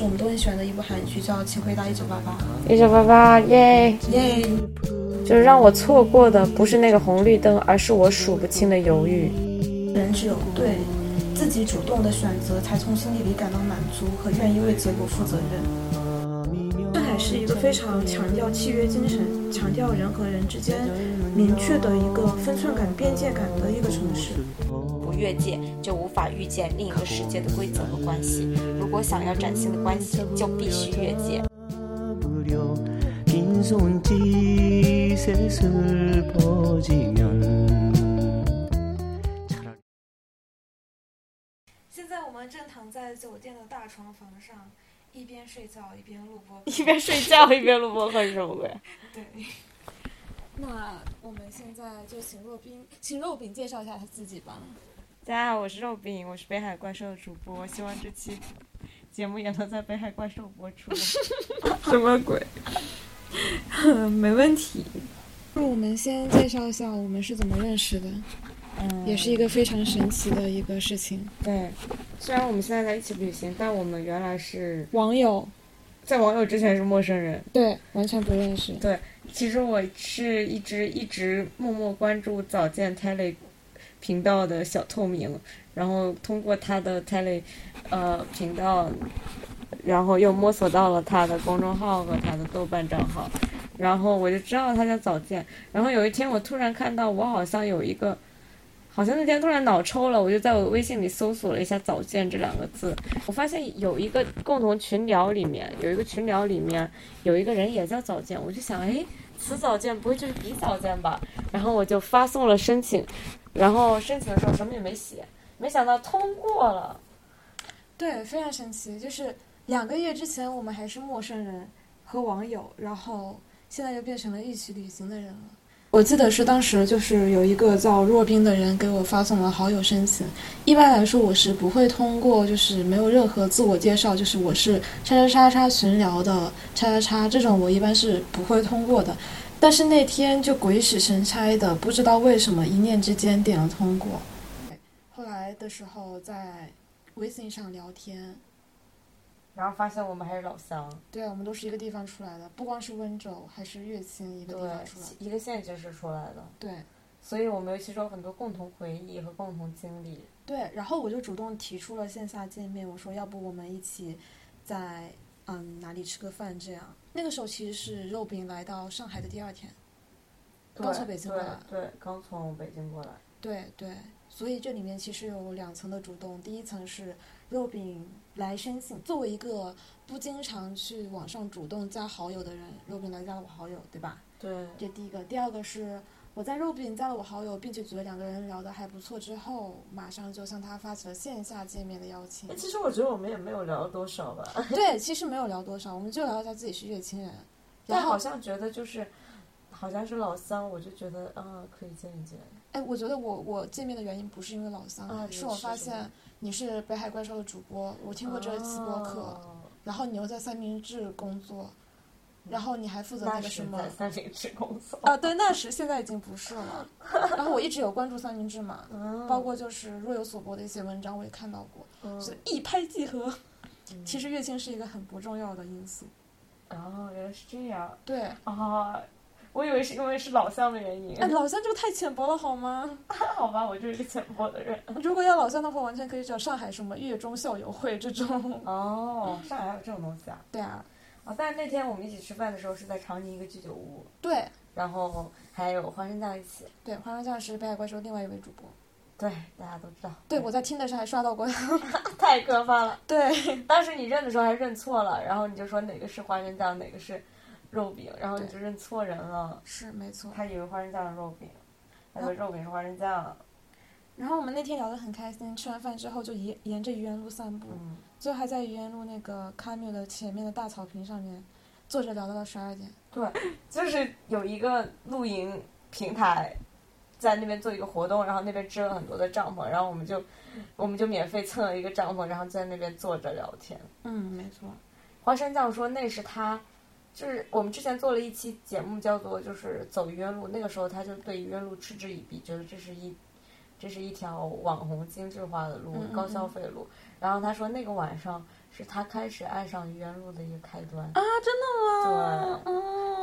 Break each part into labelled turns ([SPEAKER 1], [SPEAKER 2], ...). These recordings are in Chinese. [SPEAKER 1] 我们都很喜欢的一部韩剧，叫《请回答一九八八
[SPEAKER 2] 一九八八耶，》。
[SPEAKER 1] 耶，
[SPEAKER 2] 就是让我错过的不是那个红绿灯，而是我数不清的犹豫。
[SPEAKER 1] 人只有对自己主动的选择，才从心底里感到满足和愿意为结果负责任。上海是一个非常强调契约精神、强调人和人之间明确的一个分寸感、边界感的一个城市。
[SPEAKER 3] 不越界就无法遇见另一个世界的规则和关系。如果想要崭新的关系，就必须越 界。
[SPEAKER 4] 무려 긴 손짓에 슬퍼지면 차라리
[SPEAKER 5] 现在我们正躺在酒店的大床房上，一边睡觉一边录 播。
[SPEAKER 2] 一边睡觉一边录播客是什么鬼？
[SPEAKER 5] 对，那我们现在就请若冰，请肉饼介绍一下他自己吧。
[SPEAKER 2] 大家好，我是肉饼，我是北海怪兽的主播，希望这期节目也能在北海怪兽播出。
[SPEAKER 5] 什么鬼？没问题。那我们先介绍一下我们是怎么认识的，
[SPEAKER 2] 嗯，
[SPEAKER 5] 也是一个非常神奇的一个事情。
[SPEAKER 2] 对。虽然我们现在在一起旅行，但我们原来是
[SPEAKER 5] 网友
[SPEAKER 2] 在网友之前是陌生人。
[SPEAKER 5] 对完全不认识，
[SPEAKER 2] 其实我是一直一直默默关注早见 Tele 频道的小透明，然后通过他的 Tele 呃频道，然后又摸索到了他的公众号和他的豆瓣账号，然后我就知道他叫早见。然后有一天我突然看到我好像有一个。好像那天突然脑抽了，我就在我微信里搜索了一下“早见”这两个字，我发现有一个共同群聊里面有一个群聊里面有一个人也叫早见，我就想，哎，此早见不会就是彼早见吧？然后我就发送了申请，然后申请的时候什么也没写，没想到通过了。
[SPEAKER 5] 对，非常神奇。就是两个月之前我们还是陌生人和网友，然后现在就变成了一起旅行的人了。我记得是当时就是有一个叫若冰的人给我发送了好友申请。一般来说，我是不会通过就是没有任何自我介绍，就是我是叉叉叉叉群聊的叉叉叉这种，我一般是不会通过的。但是那天就鬼使神差的，不知道为什么一念之间点了通过。后来的时候在微信上聊天。
[SPEAKER 2] 然后发现我们还是老乡，
[SPEAKER 5] 对，啊我们都是一个地方出来的，不光是温州，还是乐清一个
[SPEAKER 2] 对
[SPEAKER 5] 地方出来的。，
[SPEAKER 2] 呃一个县级市出来的，
[SPEAKER 5] 对
[SPEAKER 2] 所以我们尤其说很多共同回忆和共同经历。
[SPEAKER 5] 对，然后我就主动提出了线下见面，我说要不我们一起在嗯哪里吃个饭这样。那个时候其实是肉饼来到上海的第二天，刚从北京过来。
[SPEAKER 2] 对，对，刚从北京过来。
[SPEAKER 5] 对对，所以这里面其实有两层的主动，第一层是肉饼来申请，作为一个不经常去网上主动加好友的人，肉饼来加我好友，对吧？
[SPEAKER 2] 对，
[SPEAKER 5] 这第一个，第二个是我在肉饼加了我好友，并且觉得两个人聊得还不错之后，马上就向他发起了线下见面的邀 请
[SPEAKER 2] 哎，。其实我觉得我们也没有聊多少吧，
[SPEAKER 5] 对，其实没有聊多少，我们就聊一下自己是乐清人，然
[SPEAKER 2] 但
[SPEAKER 5] 后
[SPEAKER 2] 好像觉得就是，好像是老乡，我就觉得啊，可以见一见。
[SPEAKER 5] 哎，我觉得我我见面的原因不是因为老乡，
[SPEAKER 2] 啊
[SPEAKER 5] 是我
[SPEAKER 2] 是
[SPEAKER 5] 发
[SPEAKER 2] 什么
[SPEAKER 5] 现你是北海怪兽的主播，我听过这期播客，
[SPEAKER 2] 哦
[SPEAKER 5] 然后你又在三明治工作，然后你还负责那个什么
[SPEAKER 2] 在三明治工作，
[SPEAKER 5] 啊？对，那时现在已经不是了。然后我一直有关注三明治 嘛，包括就是若有所播的一些文章，我也看到过，所以一拍即合。其实月经是一个很不重要的因素，
[SPEAKER 2] 哦，原来是这样
[SPEAKER 5] 对。
[SPEAKER 2] 啊！我以为是因为是老乡的原因。
[SPEAKER 5] 哎，老乡这个太浅薄了好吗？
[SPEAKER 2] 好吧，我就是个浅薄的人。
[SPEAKER 5] 如果要老乡的话，完全可以找上海什么月中校友会这种。 嗯
[SPEAKER 2] 哦，上海还有这种东西啊！
[SPEAKER 5] 对啊，
[SPEAKER 2] 啊，但是那天我们一起吃饭的时候是在长宁一个居酒屋，
[SPEAKER 5] 对
[SPEAKER 2] 然后还有花生酱一起。
[SPEAKER 5] 对，花生酱是北海怪兽另外一位主播。
[SPEAKER 2] 对，大家都知道。
[SPEAKER 5] 对，我在听的时候还刷到过。
[SPEAKER 2] 太可怕了！
[SPEAKER 5] 对
[SPEAKER 2] 当时你认的时候还认错了，然后你就说哪个是花生酱，哪个是肉饼，然后你就认错人了。
[SPEAKER 5] 是没错。
[SPEAKER 2] 他以为花生酱是肉饼，他
[SPEAKER 5] 嗯
[SPEAKER 2] 以为肉饼是花生酱。
[SPEAKER 5] 然后我们那天聊得很开心，吃完饭之后就沿沿着愚园路散步，
[SPEAKER 2] 嗯，
[SPEAKER 5] 最后还在愚园路那个 Camille 的前面的大草坪上面坐着聊到了十二点。
[SPEAKER 2] 就是有一个露营平台，在那边做一个活动，然后那边支了很多的帐篷，然后我们就我们就免费蹭了一个帐篷，然后在那边坐着聊天。
[SPEAKER 5] 嗯，没错。
[SPEAKER 2] 花生酱说那是他，就是我们之前做了一期节目叫做就是走愚园路，那个时候他就对愚园路嗤之以鼻，觉得这是一
[SPEAKER 3] 这是一条网红精致化的路
[SPEAKER 5] 嗯，嗯
[SPEAKER 3] 高消费路。然后他说那个晚上是他开始爱上愚园路的一个开端。
[SPEAKER 5] 啊，真的吗？对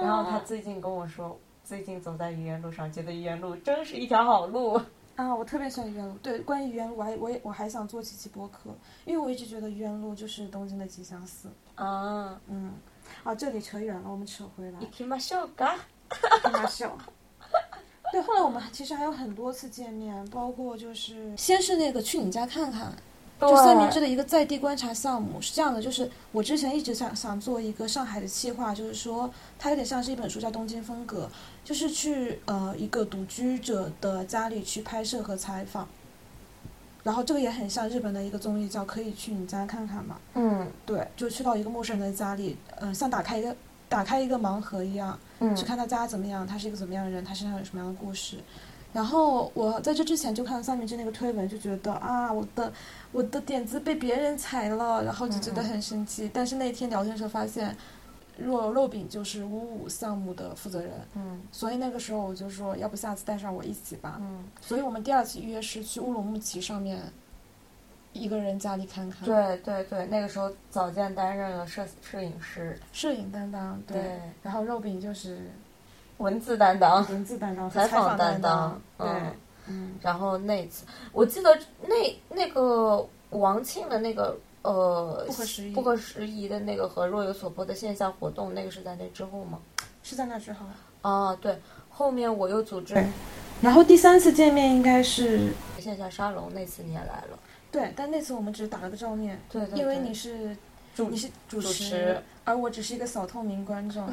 [SPEAKER 3] 然后他最近跟我说，最近走在愚园路上，觉得愚园路真是一条好路。
[SPEAKER 5] 啊，我特别喜欢愚园路。对，关于愚园路，我还我也我还想做几期播客，因为我一直觉得愚园路就是东京的吉祥寺。
[SPEAKER 3] 啊，
[SPEAKER 5] 嗯，啊，这里扯远了，我们扯回来
[SPEAKER 3] 行。きましょうか。
[SPEAKER 5] 跟他笑。对，后来我们其实还有很多次见面，包括就是先是那个去你家看看，就三明治的一个在地观察项目是这样的，就是我之前一直想想做一个上海的企划，就是说它有点像是一本书叫《东京风格》，就是去呃一个独居者的家里去拍摄和采访，然后这个也很像日本的一个综艺叫《可以去你家看看》嘛，
[SPEAKER 3] 嗯
[SPEAKER 5] 对，就去到一个陌生人的家里，嗯、像打开一个打开一个盲盒 一样，
[SPEAKER 3] 嗯
[SPEAKER 5] 去看他家怎么样，他是一个怎么样的人，他身上有什么样的故事。然后我在这之前就看到三明治那个推文，就觉得啊，我的我的点子被别人踩了，然后就
[SPEAKER 3] 嗯
[SPEAKER 5] 觉得很生气。但是那天聊天的时候发现，若肉饼就是五五项目的负责人，
[SPEAKER 3] 嗯
[SPEAKER 5] 所以那个时候我就说，要不下次带上我一起吧。
[SPEAKER 3] 嗯，
[SPEAKER 5] 所以我们第二次约是去乌鲁木齐上面一个人家里看看，
[SPEAKER 3] 对对对，那个时候早见担任了摄摄影师，
[SPEAKER 5] 摄影担当，对，然后肉 饼就是
[SPEAKER 3] 文字担当。
[SPEAKER 5] 文字担当和
[SPEAKER 3] 采
[SPEAKER 5] 采访
[SPEAKER 3] 担
[SPEAKER 5] 当，对
[SPEAKER 3] 嗯，，
[SPEAKER 5] 嗯。
[SPEAKER 3] 然后那次我记得那那个王庆的那个呃
[SPEAKER 5] 不可思议
[SPEAKER 3] 不可时宜的那个和若有所播的线下活动，那个是在那之后吗？
[SPEAKER 5] 是在那之后。
[SPEAKER 3] 啊，对，后面我又组织
[SPEAKER 5] 对然后第三次见面应该是
[SPEAKER 3] 线下沙龙，那次你也来了，
[SPEAKER 5] 对，但那次我们只是打了个照面，
[SPEAKER 3] 对对对，
[SPEAKER 5] 因为你是
[SPEAKER 3] 主
[SPEAKER 5] 你是主
[SPEAKER 3] 主持
[SPEAKER 5] 而我只是一个小透明观 众，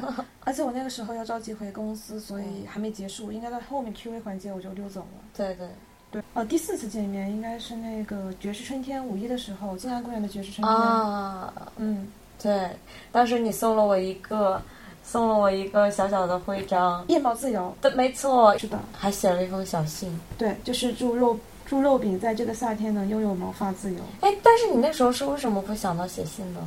[SPEAKER 5] 而且我那个时候要着急回公司，所以还没结束，应该在后面 Q&A 环节我就溜走了。
[SPEAKER 3] 对对
[SPEAKER 5] 对，哦，第四次见面应该是那个爵士春天五一的时候，静安公园的爵士春天，
[SPEAKER 3] 啊，
[SPEAKER 5] 嗯，
[SPEAKER 3] 对，当时你送了我一个送了我一个小小的徽章，
[SPEAKER 5] 夜猫自由，
[SPEAKER 3] 对，没错，
[SPEAKER 5] 是的，
[SPEAKER 3] 还写了一封小信。
[SPEAKER 5] 对，就是祝肉祝肉饼在这个夏天能拥有毛发自由。
[SPEAKER 3] 哎，但是你那时候是为什么会想到写信呢？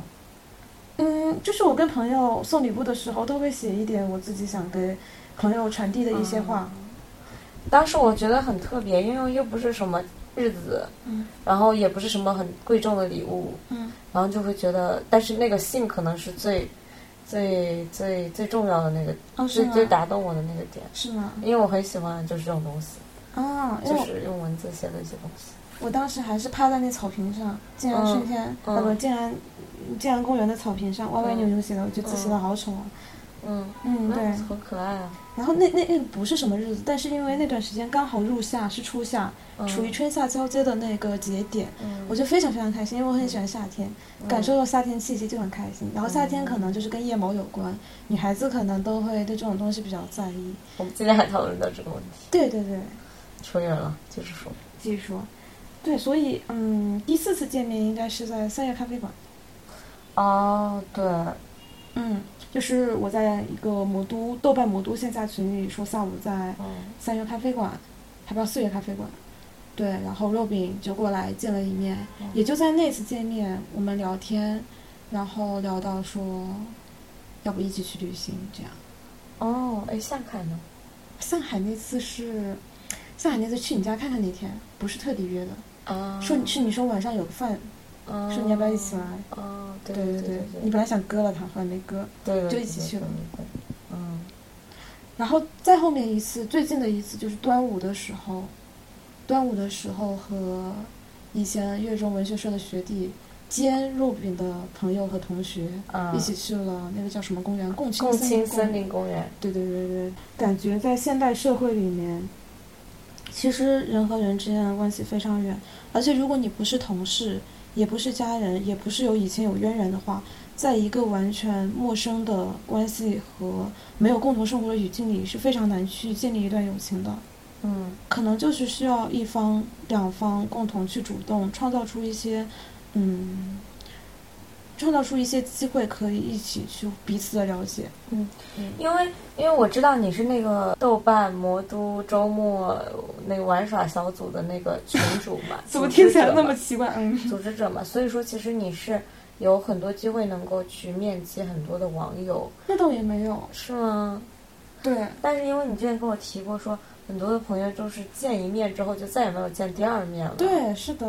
[SPEAKER 5] 嗯，就是我跟朋友送礼物的时候，都会写一点我自己想给朋友传递的一些话。
[SPEAKER 3] 当时我觉得很特别，因为又不是什么日子，
[SPEAKER 5] 嗯
[SPEAKER 3] 然后也不是什么很贵重的礼物，
[SPEAKER 5] 嗯，
[SPEAKER 3] 然后就会觉得，但是那个信可能是最最最最重要的那个，
[SPEAKER 5] 哦，是
[SPEAKER 3] 最
[SPEAKER 5] 吗？
[SPEAKER 3] 最打动我的那个点，
[SPEAKER 5] 是吗？
[SPEAKER 3] 因为我很喜欢就是这种东西，
[SPEAKER 5] 啊，因
[SPEAKER 3] 就
[SPEAKER 5] 为
[SPEAKER 3] 是用文字写的一些东西。
[SPEAKER 5] 我当时还是趴在那草坪上，静安春天，
[SPEAKER 3] 嗯
[SPEAKER 5] 呃不，静安静安公园的草坪上歪歪扭扭写的，我觉得字写的
[SPEAKER 3] 嗯
[SPEAKER 5] 好丑啊。
[SPEAKER 3] 嗯，
[SPEAKER 5] 嗯，对。
[SPEAKER 3] 嗯好可爱啊！
[SPEAKER 5] 然后那那那个不是什么日子，但是因为那段时间刚好入夏，是初夏，
[SPEAKER 3] 嗯
[SPEAKER 5] 处于春夏交接的那个节点，
[SPEAKER 3] 嗯
[SPEAKER 5] 我就非常非常开心，因为我很喜欢夏天，感受到夏天气息就很开心。然后夏天可能就是跟腋毛有关，女孩子可能都会对这种东西比较在意。
[SPEAKER 3] 我们今天还讨论到这个问题，
[SPEAKER 5] 对对对，
[SPEAKER 3] 扯远了，就是说，
[SPEAKER 5] 继续说。对，所以嗯，第四次见面应该是在三月咖啡馆。
[SPEAKER 3] 哦，对，
[SPEAKER 5] 嗯，就是我在一个魔都豆瓣魔都线下群里说下午在
[SPEAKER 3] 嗯
[SPEAKER 5] 三元咖啡馆，还不知道四元咖啡馆。对，然后肉饼就过来见了一面，
[SPEAKER 3] 嗯
[SPEAKER 5] 也就在那次见面，我们聊天，然后聊到说，要不一起去旅行这样。
[SPEAKER 3] 哦，哎，夏凯呢？
[SPEAKER 5] 上海那次是，上海那次去你家看看那天，不是特地约的，
[SPEAKER 3] 啊，
[SPEAKER 5] 说你是你说晚上有个饭，
[SPEAKER 3] 嗯
[SPEAKER 5] 说你要不要一起来？
[SPEAKER 3] 哦，对
[SPEAKER 5] 对
[SPEAKER 3] 对
[SPEAKER 5] 对
[SPEAKER 3] 对
[SPEAKER 5] 你本来想割了他，后来没割。
[SPEAKER 3] 对对，
[SPEAKER 5] 就一起去了
[SPEAKER 3] 对。对对嗯，
[SPEAKER 5] 然后再后面一次，最近的一次就是端午的时候，端午的时候和以前月中文学社的学弟兼肉饼的朋友和同学
[SPEAKER 3] 啊
[SPEAKER 5] 一起去了那个叫什么公园——共青
[SPEAKER 3] 共青
[SPEAKER 5] 森
[SPEAKER 3] 森。林公园。
[SPEAKER 5] 对对对对，感觉在现代社会里面，其实人和人之间的关系非常远，而且如果你不是同事，也不是家人，也不是有以前有渊源的话，在一个完全陌生的关系和没有共同生活的语境里，是非常难去建立一段友情的。
[SPEAKER 3] 嗯
[SPEAKER 5] 可能就是需要一方、两方共同去主动创造出一些，嗯，创造出一些机会，可以一起去彼此的了解。
[SPEAKER 3] 因为因为我知道你是那个豆瓣魔都周末那个玩耍小组的那个群主 嘛，组织者嘛
[SPEAKER 5] 奇怪？嗯，
[SPEAKER 3] 组织者嘛？所以说，其实你是有很多机会能够去面基很多的网友，
[SPEAKER 5] 那倒也没有。
[SPEAKER 3] 是吗？
[SPEAKER 5] 对，
[SPEAKER 3] 但是因为你之前跟我提过说，很多的朋友都是见一面之后就再也没有见第二面了。
[SPEAKER 5] 对，是的，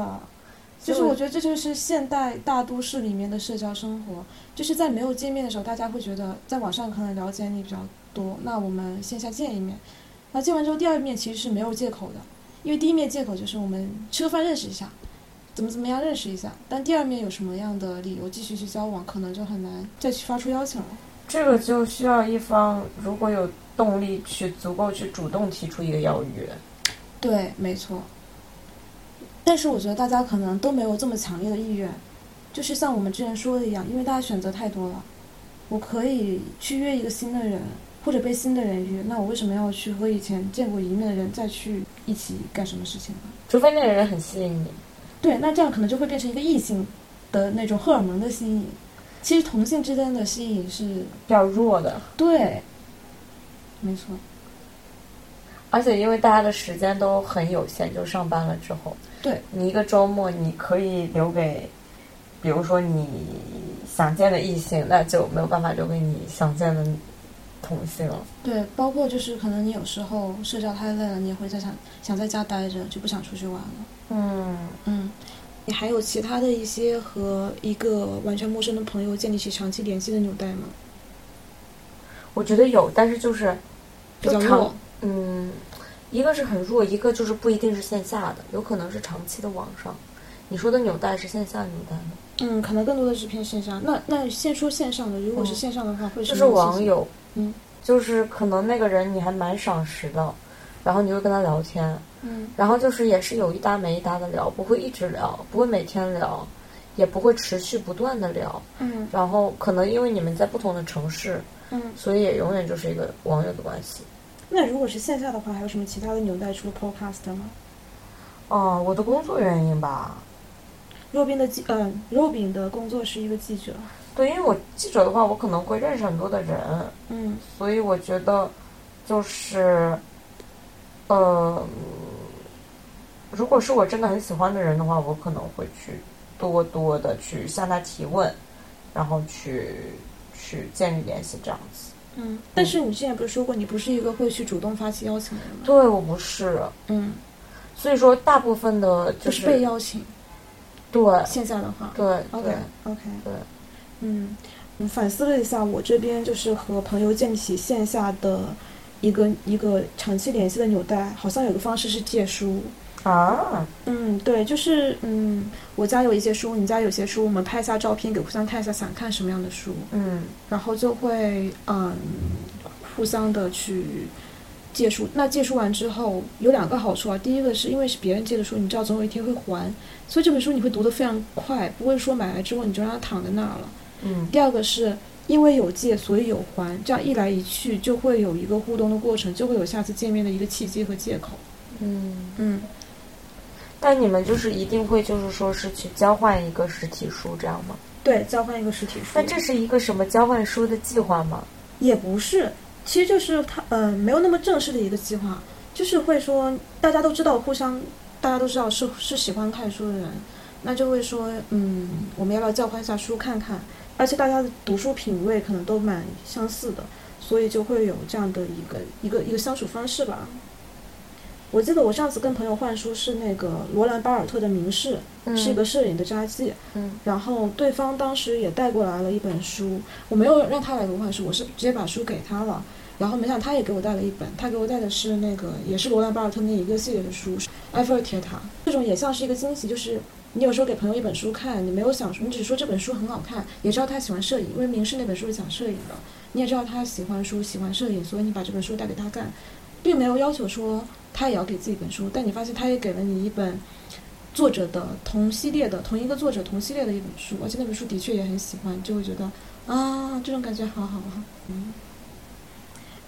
[SPEAKER 3] 所
[SPEAKER 5] 就
[SPEAKER 3] 以
[SPEAKER 5] 是
[SPEAKER 3] 我
[SPEAKER 5] 我觉得这就是现代大都市里面的社交生活，就是在没有见面的时候，大家会觉得在网上可能了解你比较多，那我们线下见一面，那见完之后第二面其实是没有借口的，因为第一面借口就是我们吃个饭认识一下，怎么怎么样认识一下，但第二面有什么样的理由继续去交往，可能就很难再去发出邀请了。
[SPEAKER 3] 这个就需要一方如果有动力去足够去主动提出一个邀约。
[SPEAKER 5] 对，没错。但是我觉得大家可能都没有这么强烈的意愿，就是像我们之前说的一样，因为大家选择太多了，我可以去约一个新的人，或者被新的人约，那我为什么要去和以前见过一面的人再去一起干什么事情呢？
[SPEAKER 3] 除非那个人很吸引你，
[SPEAKER 5] 对，那这样可能就会变成一个异性的那种荷尔蒙的吸引。其实同性之间的吸引是
[SPEAKER 3] 比较弱的，
[SPEAKER 5] 对，没错，
[SPEAKER 3] 而且因为大家的时间都很有限，就上班了之后，
[SPEAKER 5] 对
[SPEAKER 3] 你一个周末你可以留给，比如说你想见的异性，那就没有办法留给你想见的同性了。
[SPEAKER 5] 对，包括就是可能你有时候社交太累了，你也会在想想在家待着，就不想出去玩了。
[SPEAKER 3] 嗯，
[SPEAKER 5] 嗯，你还有其他的一些和一个完全陌生的朋友建立起长期联系的纽带吗？
[SPEAKER 3] 我觉得有，但是就是
[SPEAKER 5] 比较
[SPEAKER 3] 就长
[SPEAKER 5] 弱。
[SPEAKER 3] 嗯，一个是很弱，一个就是不一定是线下的，有可能是长期的网上。你说的纽带是线下纽带吗？
[SPEAKER 5] 嗯，可能更多的是偏线上。那那先说线上的，如果是线上的话，会
[SPEAKER 3] 嗯就
[SPEAKER 5] 什
[SPEAKER 3] 是
[SPEAKER 5] 么样的
[SPEAKER 3] 网
[SPEAKER 5] 信息
[SPEAKER 3] 友，
[SPEAKER 5] 嗯，
[SPEAKER 3] 就是可能那个人你还蛮赏识的，然后你就跟他聊天，
[SPEAKER 5] 嗯，
[SPEAKER 3] 然后就是也是有一搭没一搭的聊，不会一直聊，不会每天聊，也不会持续不断的聊，
[SPEAKER 5] 嗯
[SPEAKER 3] 然后可能因为你们在不同的城市，
[SPEAKER 5] 嗯。
[SPEAKER 3] 所以也永远就是一个网友的关系。
[SPEAKER 5] 那如果是线下的话，还有什么其他的纽带除了 Podcast 吗？
[SPEAKER 3] 哦、我的工作原因吧，
[SPEAKER 5] 肉饼的记，嗯、肉饼的工作是一个记者。
[SPEAKER 3] 对，因为我记者的话，我可能会认识很多的人，
[SPEAKER 5] 嗯
[SPEAKER 3] 所以我觉得就是，呃，如果是我真的很喜欢的人的话，我可能会去多多的去向他提问，然后去去建立联系这样子。
[SPEAKER 5] 嗯。但是你之前不是说过，你不是一个会去主动发起邀请的人吗？
[SPEAKER 3] 对我不是，
[SPEAKER 5] 嗯，
[SPEAKER 3] 所以说大部分的
[SPEAKER 5] 就
[SPEAKER 3] 就是
[SPEAKER 5] 被邀请。
[SPEAKER 3] 对
[SPEAKER 5] 线下的话，
[SPEAKER 3] 对对，
[SPEAKER 5] OK OK，
[SPEAKER 3] 对
[SPEAKER 5] 嗯，我反思了一下，我这边就是和朋友建立起线下的一个一个长期联系的纽带，好像有个方式是借书。
[SPEAKER 3] 啊，
[SPEAKER 5] 嗯，对，就是嗯，我家有一些书，你家有些书，我们拍下照片给互相看一下，想看什么样的书，
[SPEAKER 3] 嗯
[SPEAKER 5] 然后就会嗯，互相的去借书。那借书完之后有两个好处啊，第一个是因为是别人借的书，你知道总有一天会还，所以这本书你会读得非常快，不会说买来之后你就让它躺在那儿了。
[SPEAKER 3] 嗯
[SPEAKER 5] 第二个是因为有借，所以有还，这样一来一去就会有一个互动的过程，就会有下次见面的一个契机和借口。
[SPEAKER 3] 嗯，
[SPEAKER 5] 嗯，
[SPEAKER 3] 但你们就是一定会就是说是去交换一个实体书这样吗？
[SPEAKER 5] 对，交换一个实体书
[SPEAKER 3] 那这是一个什么交换书的计划吗？
[SPEAKER 5] 也不是，其实就是他，嗯、没有那么正式的一个计划，就是会说大家都知道互相，大家都知道是是喜欢看书的人，那就会说，嗯，我们要不要交换一下书看看？而且大家的读书品味可能都蛮相似的，所以就会有这样的一个一个一个相处方式吧。我记得我上次跟朋友换书是那个罗兰巴尔特的《明示》，是一个摄影的札记。
[SPEAKER 3] 嗯
[SPEAKER 5] 然后对方当时也带过来了一本书，我没有让他来给我换书，我是直接把书给他了。然后没想到他也给我带了一本，他给我带的是那个也是罗兰巴尔特那一个系列的书，是《埃菲尔铁塔》。这种也像是一个惊喜，就是你有时候给朋友一本书看，你没有想说，你只说这本书很好看，也知道他喜欢摄影，因为明示那本书是讲摄影的，你也知道他喜欢书，喜欢摄影，所以你把这本书带给他看，并没有要求说他也要给自己一本书，但你发现他也给了你一本作者的同系列的同一个作者同系列的一本书，而且那本书的确也很喜欢，就会觉得啊，这种感觉好好啊。嗯，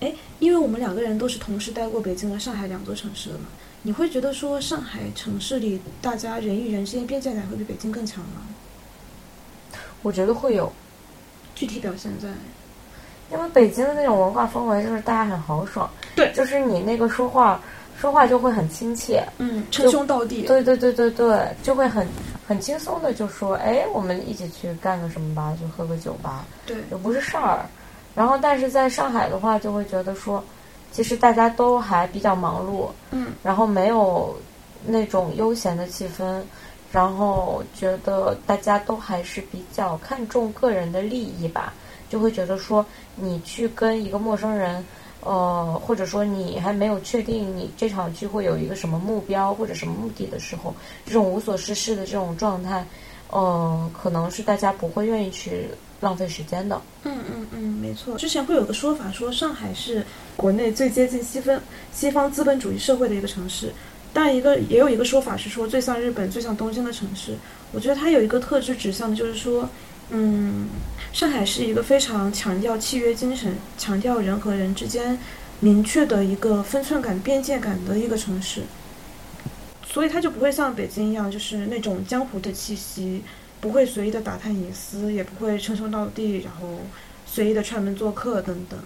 [SPEAKER 5] 哎，因为我们两个人都是同时待过北京和上海两座城市的嘛，你会觉得说上海城市里大家人与人之间边界感会比北京更强吗？
[SPEAKER 3] 我觉得会有，
[SPEAKER 5] 具体表现在
[SPEAKER 3] 因为北京的那种文化氛围就是大家很豪爽，
[SPEAKER 5] 对
[SPEAKER 3] 就是你那个说话说话就会很亲切，
[SPEAKER 5] 嗯，称兄道弟，
[SPEAKER 3] 对对对对对，就会很很轻松的就说，哎，我们一起去干个什么吧，去喝个酒吧，
[SPEAKER 5] 对
[SPEAKER 3] 也不是事儿。然后但是在上海的话，就会觉得说，其实大家都还比较忙碌，
[SPEAKER 1] 嗯，
[SPEAKER 3] 然后没有那种悠闲的气氛，然后觉得大家都还是比较看重个人的利益吧，就会觉得说你去跟一个陌生人。呃，或者说你还没有确定你这场聚会有一个什么目标或者什么目的的时候，这种无所事事的这种状态，呃，可能是大家不会愿意去浪费时间的。
[SPEAKER 1] 嗯嗯嗯，没错。之前会有个说法说，上海是国内最接近西方西方资本主义社会的一个城市，但一个也有一个说法是说最像日本、最像东京的城市。我觉得它有一个特质指向的就是说，嗯，上海是一个非常强调契约精神、强调人和人之间明确的一个分寸感、边界感的一个城市，所以它就不会像北京一样，就是那种江湖的气息。不会随意的打探隐私，也不会称兄道弟，然后随意的串门做客等等。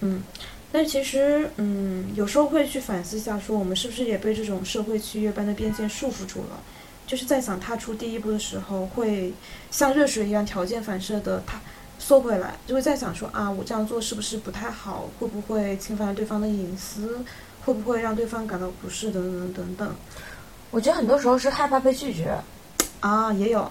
[SPEAKER 3] 嗯，
[SPEAKER 1] 但其实，嗯，有时候会去反思一下，说我们是不是也被这种社会契约般的边界束缚住了？就是在想踏出第一步的时候，会像热水一样条件反射的踏缩回来，就会在想说啊，我这样做是不是不太好？会不会侵犯对方的隐私？会不会让对方感到不适？等等等等
[SPEAKER 3] 我觉得很多时候是害怕被拒绝。
[SPEAKER 1] 啊，也有，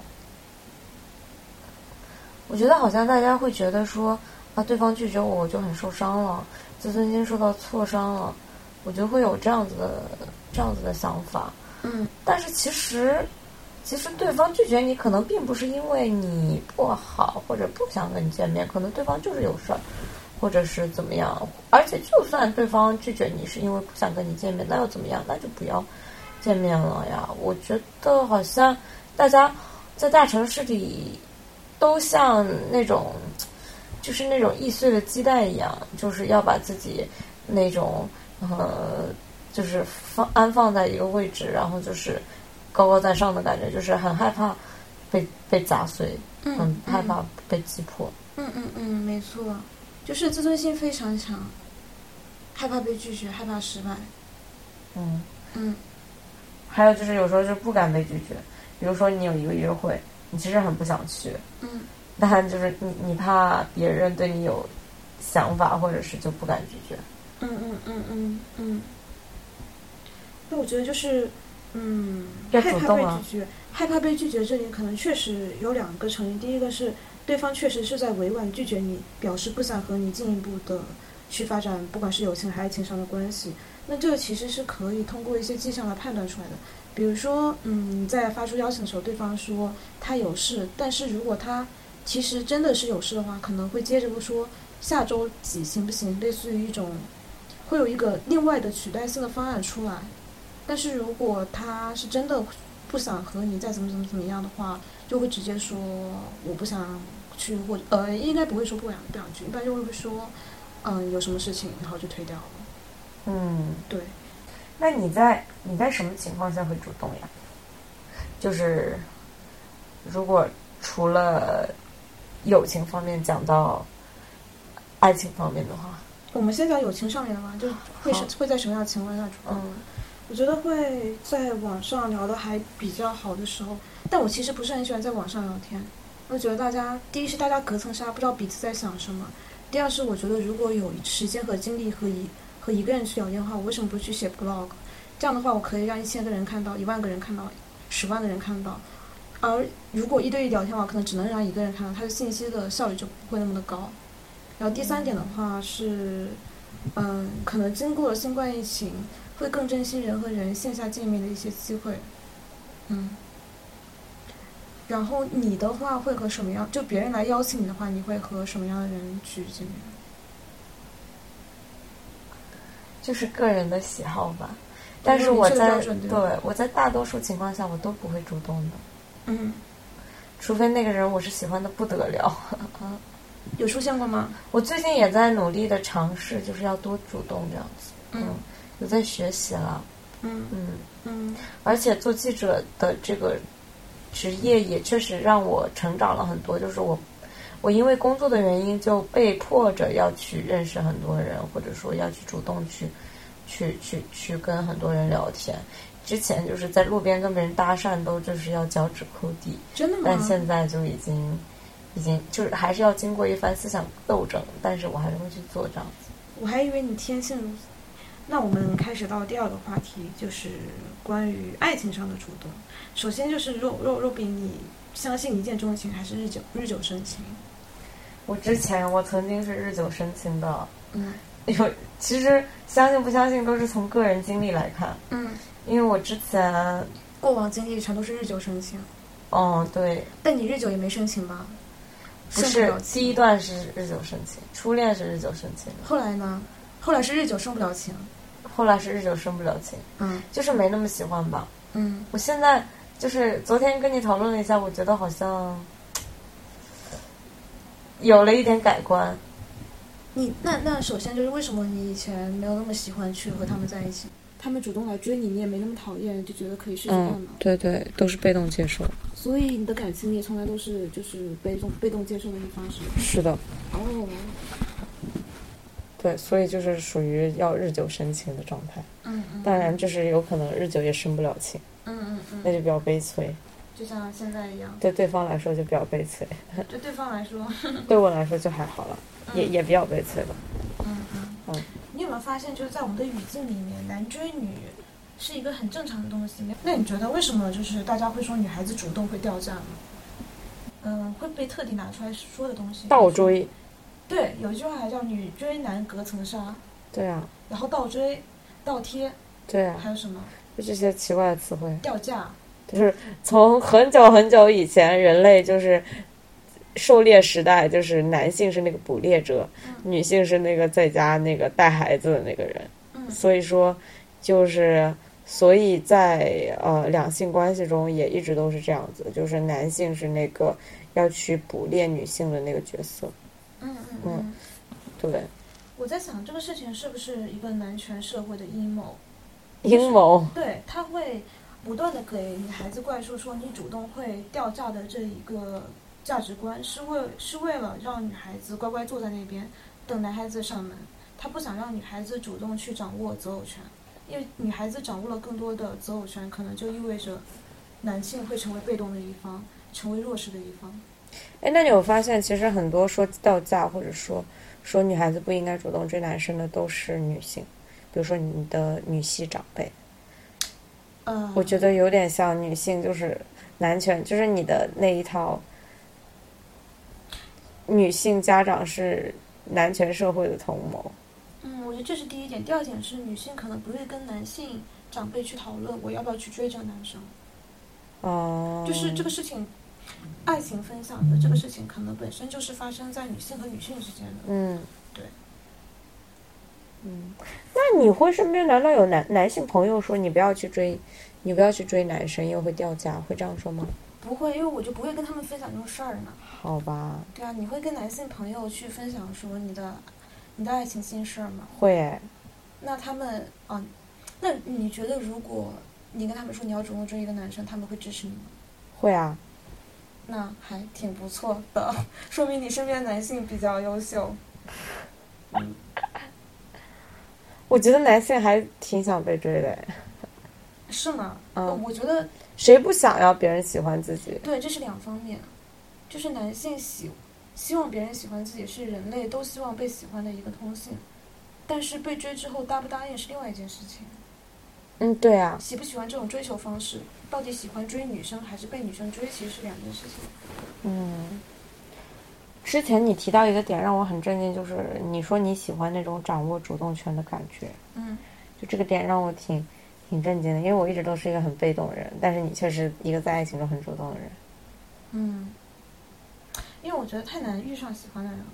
[SPEAKER 3] 我觉得好像大家会觉得说啊，对方拒绝我，我就很受伤了，自尊心受到挫伤了，我就会有这样子的这样子的想法。
[SPEAKER 1] 嗯，
[SPEAKER 3] 但是其实，其实对方拒绝你，可能并不是因为你不好或者不想跟你见面，可能对方就是有事儿，或者是怎么样。而且就算对方拒绝你是因为不想跟你见面，那又怎么样？那就不要见面了呀。我觉得好像大家在大城市里都像那种，就是那种易碎的鸡蛋一样，就是要把自己那种呃，就是放安放在一个位置，然后就是高高在上的感觉，就是很害怕被被砸碎，很
[SPEAKER 1] 嗯，
[SPEAKER 3] 害怕被击破。
[SPEAKER 1] 嗯嗯嗯，没错，就是自尊心非常强，害怕被拒绝，害怕失败。
[SPEAKER 3] 嗯，
[SPEAKER 1] 嗯
[SPEAKER 3] 还有就是有时候就不敢被拒绝，比如说你有一个约会，你其实很不想去，
[SPEAKER 1] 嗯
[SPEAKER 3] 但就是你你怕别人对你有想法，或者是就不敢拒绝。
[SPEAKER 1] 嗯嗯嗯嗯嗯。那我觉得就是，嗯，
[SPEAKER 3] 要
[SPEAKER 1] 害
[SPEAKER 3] 主
[SPEAKER 1] 怕
[SPEAKER 3] 动
[SPEAKER 1] 被
[SPEAKER 3] 啊
[SPEAKER 1] 拒绝，害怕被拒绝这里可能确实有两个成因，第一个是对方确实是在委婉拒绝你，表示不想和你进一步的去发展，不管是友情还是情商的关系。那这个其实是可以通过一些迹象来判断出来的，比如说，嗯，你在发出邀请的时候，对方说他有事，但是如果他其实真的是有事的话，可能会接着说下周几行不行，类似于一种会有一个另外的取代性的方案出来。但是如果他是真的不想和你再怎么怎么怎么样的话，就会直接说我不想去，或者呃，应该不会说不想不想去，一般就会说嗯、有什么事情，然后就推掉了。
[SPEAKER 3] 嗯，
[SPEAKER 1] 对，
[SPEAKER 3] 那你在你在什么情况下会主动呀？就是如果除了友情方面讲到爱情方面的话，
[SPEAKER 1] 我们先讲友情上面的话，就会是会在什么样的情况下主动？
[SPEAKER 3] 嗯
[SPEAKER 1] 我觉得会在网上聊的还比较好的时候，但我其实不是很喜欢在网上聊天。我觉得大家，第一是大家隔层纱，不知道彼此在想什么；第二是我觉得如果有时间和精力和一和一个人去聊天的话，我为什么不去写 blog？这样的话，我可以让一千个人看到，一万个人看到，十万个人看到。而如果一对一聊天的话，可能只能让一个人看到，他的信息的效率就不会那么的高。然后第三点的话是，嗯，可能经过了新冠疫情，会更珍惜人和人线下见面的一些机会，嗯。然后你的话会和什么样？就别人来邀请你的话，你会和什么样的人去见面？
[SPEAKER 3] 就是个人的喜好吧。但是
[SPEAKER 1] 有明
[SPEAKER 3] 我
[SPEAKER 1] 确的
[SPEAKER 3] 在
[SPEAKER 1] 标准对吧
[SPEAKER 3] 对我在大多数情况下我都不会主动的，
[SPEAKER 1] 嗯，
[SPEAKER 3] 除非那个人我是喜欢的不得了。
[SPEAKER 1] 有出现过吗？
[SPEAKER 3] 我最近也在努力的尝试，就是要多主动这样子。
[SPEAKER 1] 哦
[SPEAKER 3] 嗯，有在学习了。
[SPEAKER 1] 嗯
[SPEAKER 3] 嗯。
[SPEAKER 1] 嗯
[SPEAKER 3] 而且做记者的这个职业也确实让我成长了很多，就是我我因为工作的原因就被迫着要去认识很多人，或者说要去主动去去去去跟很多人聊天。之前就是
[SPEAKER 5] 嗯
[SPEAKER 3] 在路边跟别人搭讪，都就是要脚趾抠地，
[SPEAKER 1] 真的吗？
[SPEAKER 3] 但现在就已经已经就是还是要经过一番思想斗争，但是我还是会去做这样子。
[SPEAKER 1] 我还以为你天性如此。那我们开始到第二个话题，就是关于爱情上的主动。首先就是若若若比你相信一见钟情还是日久日久生情？
[SPEAKER 3] 我之前我曾经是日久生情的，
[SPEAKER 1] 嗯
[SPEAKER 3] 有其实相信不相信都是从个人经历来看，
[SPEAKER 1] 嗯，
[SPEAKER 3] 因为我之前，
[SPEAKER 1] 过往经历全都是日久生情，
[SPEAKER 3] 嗯，对，
[SPEAKER 1] 但你日久也没生情吧？
[SPEAKER 3] 不
[SPEAKER 1] 生
[SPEAKER 3] 是
[SPEAKER 1] 了情
[SPEAKER 3] 第一段是日久生情，初恋是日久生情，
[SPEAKER 1] 后来呢？后来是日久生不了情。
[SPEAKER 3] 后来是日久生不了情，
[SPEAKER 1] 嗯
[SPEAKER 3] 就是没那么喜欢吧。
[SPEAKER 1] 嗯，
[SPEAKER 3] 我现在就是昨天跟你讨论了一下，我觉得好像有了一点改观。
[SPEAKER 1] 你那那首先就是为什么你以前没有那么喜欢去和他们在一起？
[SPEAKER 5] 他们主动来追你，你也没那么讨厌，就觉得可以试试看
[SPEAKER 2] 嗯
[SPEAKER 5] 嘛。，
[SPEAKER 2] 对对，都是被动接受。
[SPEAKER 5] 所以你的感情你也从来都是就是被动被动接受的一方式。
[SPEAKER 2] 是的，
[SPEAKER 5] 哦，
[SPEAKER 2] 对，所以就是属于要日久生情的状态。
[SPEAKER 1] 嗯嗯
[SPEAKER 2] 当然，就是有可能日久也生不了情，
[SPEAKER 1] 嗯嗯
[SPEAKER 2] 那
[SPEAKER 1] 嗯，
[SPEAKER 2] 就比较悲催。
[SPEAKER 1] 就像现在一样，
[SPEAKER 2] 对对方来说就比较悲催，
[SPEAKER 1] 对对方来说，
[SPEAKER 2] 对我来说就还好了，也
[SPEAKER 1] 嗯
[SPEAKER 2] 也比较悲催吧。
[SPEAKER 1] 嗯嗯
[SPEAKER 2] 嗯
[SPEAKER 1] 你有没有发现，就是在我们的语境里面，男追女是一个很正常的东西？那你觉得为什么就是大家会说女孩子主动会掉价吗？嗯，会被特地拿出来说的东西。
[SPEAKER 2] 倒追，
[SPEAKER 1] 对，有一句话还叫“女追男隔层纱
[SPEAKER 2] 对啊，”，
[SPEAKER 1] 然后倒追、倒贴，
[SPEAKER 2] 对啊，
[SPEAKER 1] 还有什么
[SPEAKER 2] 就这些奇怪的词汇，
[SPEAKER 1] 掉价？
[SPEAKER 2] 就是从很久很久以前，人类就是狩猎时代，就是男性是那个捕猎者，
[SPEAKER 1] 嗯
[SPEAKER 2] 女性是那个在家那个带孩子的那个人。
[SPEAKER 1] 嗯
[SPEAKER 2] 所以说，就是所以在呃两性关系中也一直都是这样子，就是男性是那个要去捕猎女性的那个角色，
[SPEAKER 1] 嗯嗯嗯
[SPEAKER 2] 嗯。对，
[SPEAKER 1] 我在想这个事情是不是一个男权社会的阴谋？
[SPEAKER 2] 阴谋，
[SPEAKER 1] 对，他会不断的给女孩子灌输说你主动会掉价的这一个价值观，是为是为了让女孩子乖乖坐在那边等男孩子上门，他不想让女孩子主动去掌握择偶权，因为女孩子掌握了更多的择偶权，可能就意味着男性会成为被动的一方，成为弱势的一方。
[SPEAKER 2] 哎，那你有发现其实很多说掉价或者说说女孩子不应该主动追男生的都是女性，比如说你的女系长辈，
[SPEAKER 1] 呃，
[SPEAKER 2] 我觉得有点像女性就是男权，就是你的那一套女性家长是男权社会的同谋。
[SPEAKER 1] 嗯，我觉得这是第一点。第二点是，女性可能不会跟男性长辈去讨论我要不要去追这个男生，
[SPEAKER 2] 哦，
[SPEAKER 1] 就是这个事情，爱情分享的这个事情，可能本身就是发生在女性和女性之间的。
[SPEAKER 2] 嗯，
[SPEAKER 1] 对，
[SPEAKER 2] 嗯，那你会身边难道有男男性朋友说你不要去追，你不要去追男生，因为会掉价，会这样说吗？
[SPEAKER 1] 不会，因为我就不会跟他们分享这种事儿呢。
[SPEAKER 2] 好吧，
[SPEAKER 1] 对啊，你会跟男性朋友去分享说你的你的爱情心事儿吗？
[SPEAKER 2] 会哎，
[SPEAKER 1] 那他们啊，那你觉得如果你跟他们说你要主动追一个男生，他们会支持你吗？
[SPEAKER 2] 会啊，
[SPEAKER 1] 那还挺不错的， 说明你身边的男性比较优秀。
[SPEAKER 2] 我觉得男性还挺想被追的哎，
[SPEAKER 1] 是吗？
[SPEAKER 2] 嗯
[SPEAKER 1] 呃我觉得
[SPEAKER 2] 谁不想要别人喜欢自己？
[SPEAKER 1] 对，这是两方面，就是男性喜希望别人喜欢自己是人类都希望被喜欢的一个通性，但是被追之后答不答应是另外一件事情。
[SPEAKER 2] 嗯，对啊，
[SPEAKER 1] 喜不喜欢这种追求方式，到底喜欢追女生还是被女生追，其实是两件事情。
[SPEAKER 2] 嗯，之前你提到一个点让我很震惊，就是你说你喜欢那种掌握主动权的感觉，
[SPEAKER 1] 嗯
[SPEAKER 2] 就这个点让我挺挺震惊的，因为我一直都是一个很被动的人，但是你却是一个在爱情中很主动的人。
[SPEAKER 1] 嗯，因为我觉得太难遇上喜欢的人了，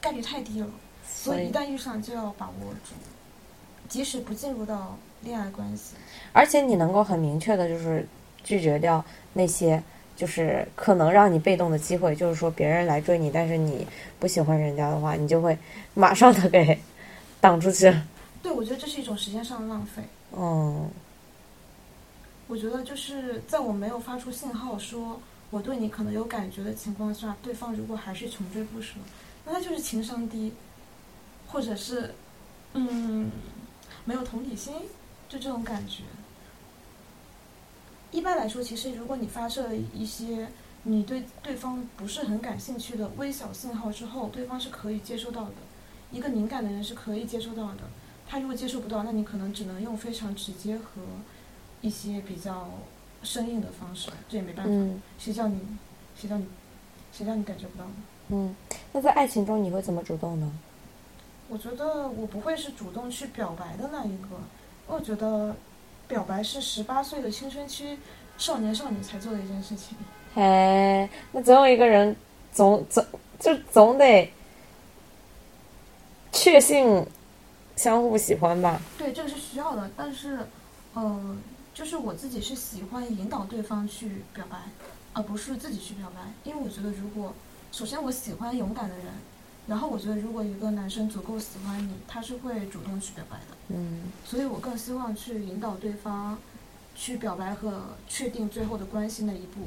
[SPEAKER 1] 概率太低了，所
[SPEAKER 2] 所
[SPEAKER 1] 以一旦遇上就要把握住，即使不进入到恋爱关系。
[SPEAKER 2] 而且你能够很明确的，就是拒绝掉那些就是可能让你被动的机会，就是说别人来追你，但是你不喜欢人家的话，你就会马上的给 挡出去。
[SPEAKER 1] 对，我觉得这是一种时间上的浪费。
[SPEAKER 2] 嗯，
[SPEAKER 1] 我觉得就是在我没有发出信号说我对你可能有感觉的情况下，对方如果还是穷追不舍，那他就是情商低，或者是嗯没有同理心，就这种感觉。一般来说，其实如果你发射了一些你对对方不是很感兴趣的微小信号之后，对方是可以接收到的。一个敏感的人是可以接收到的，他如果接收不到，那你可能只能用非常直接和一些比较生硬的方式，这也没办法。
[SPEAKER 2] 嗯
[SPEAKER 1] 谁叫你，谁叫你，谁叫你感觉不到呢？
[SPEAKER 2] 嗯，那在爱情中你会怎么主动呢？
[SPEAKER 1] 我觉得我不会是主动去表白的那一个，我觉得表白是十八岁的青春期少年少女才做的一件事情。
[SPEAKER 2] 嘿，那总有一个人总总就总得确信相互喜欢吧？
[SPEAKER 1] 对，这个是需要的，但是，呃，就是我自己是喜欢引导对方去表白，而不是自己去表白，因为我觉得如果，首先我喜欢勇敢的人，然后我觉得如果一个男生足够喜欢你，他是会主动去表白的，
[SPEAKER 2] 嗯
[SPEAKER 1] 所以我更希望去引导对方去表白和确定最后的关系那一步。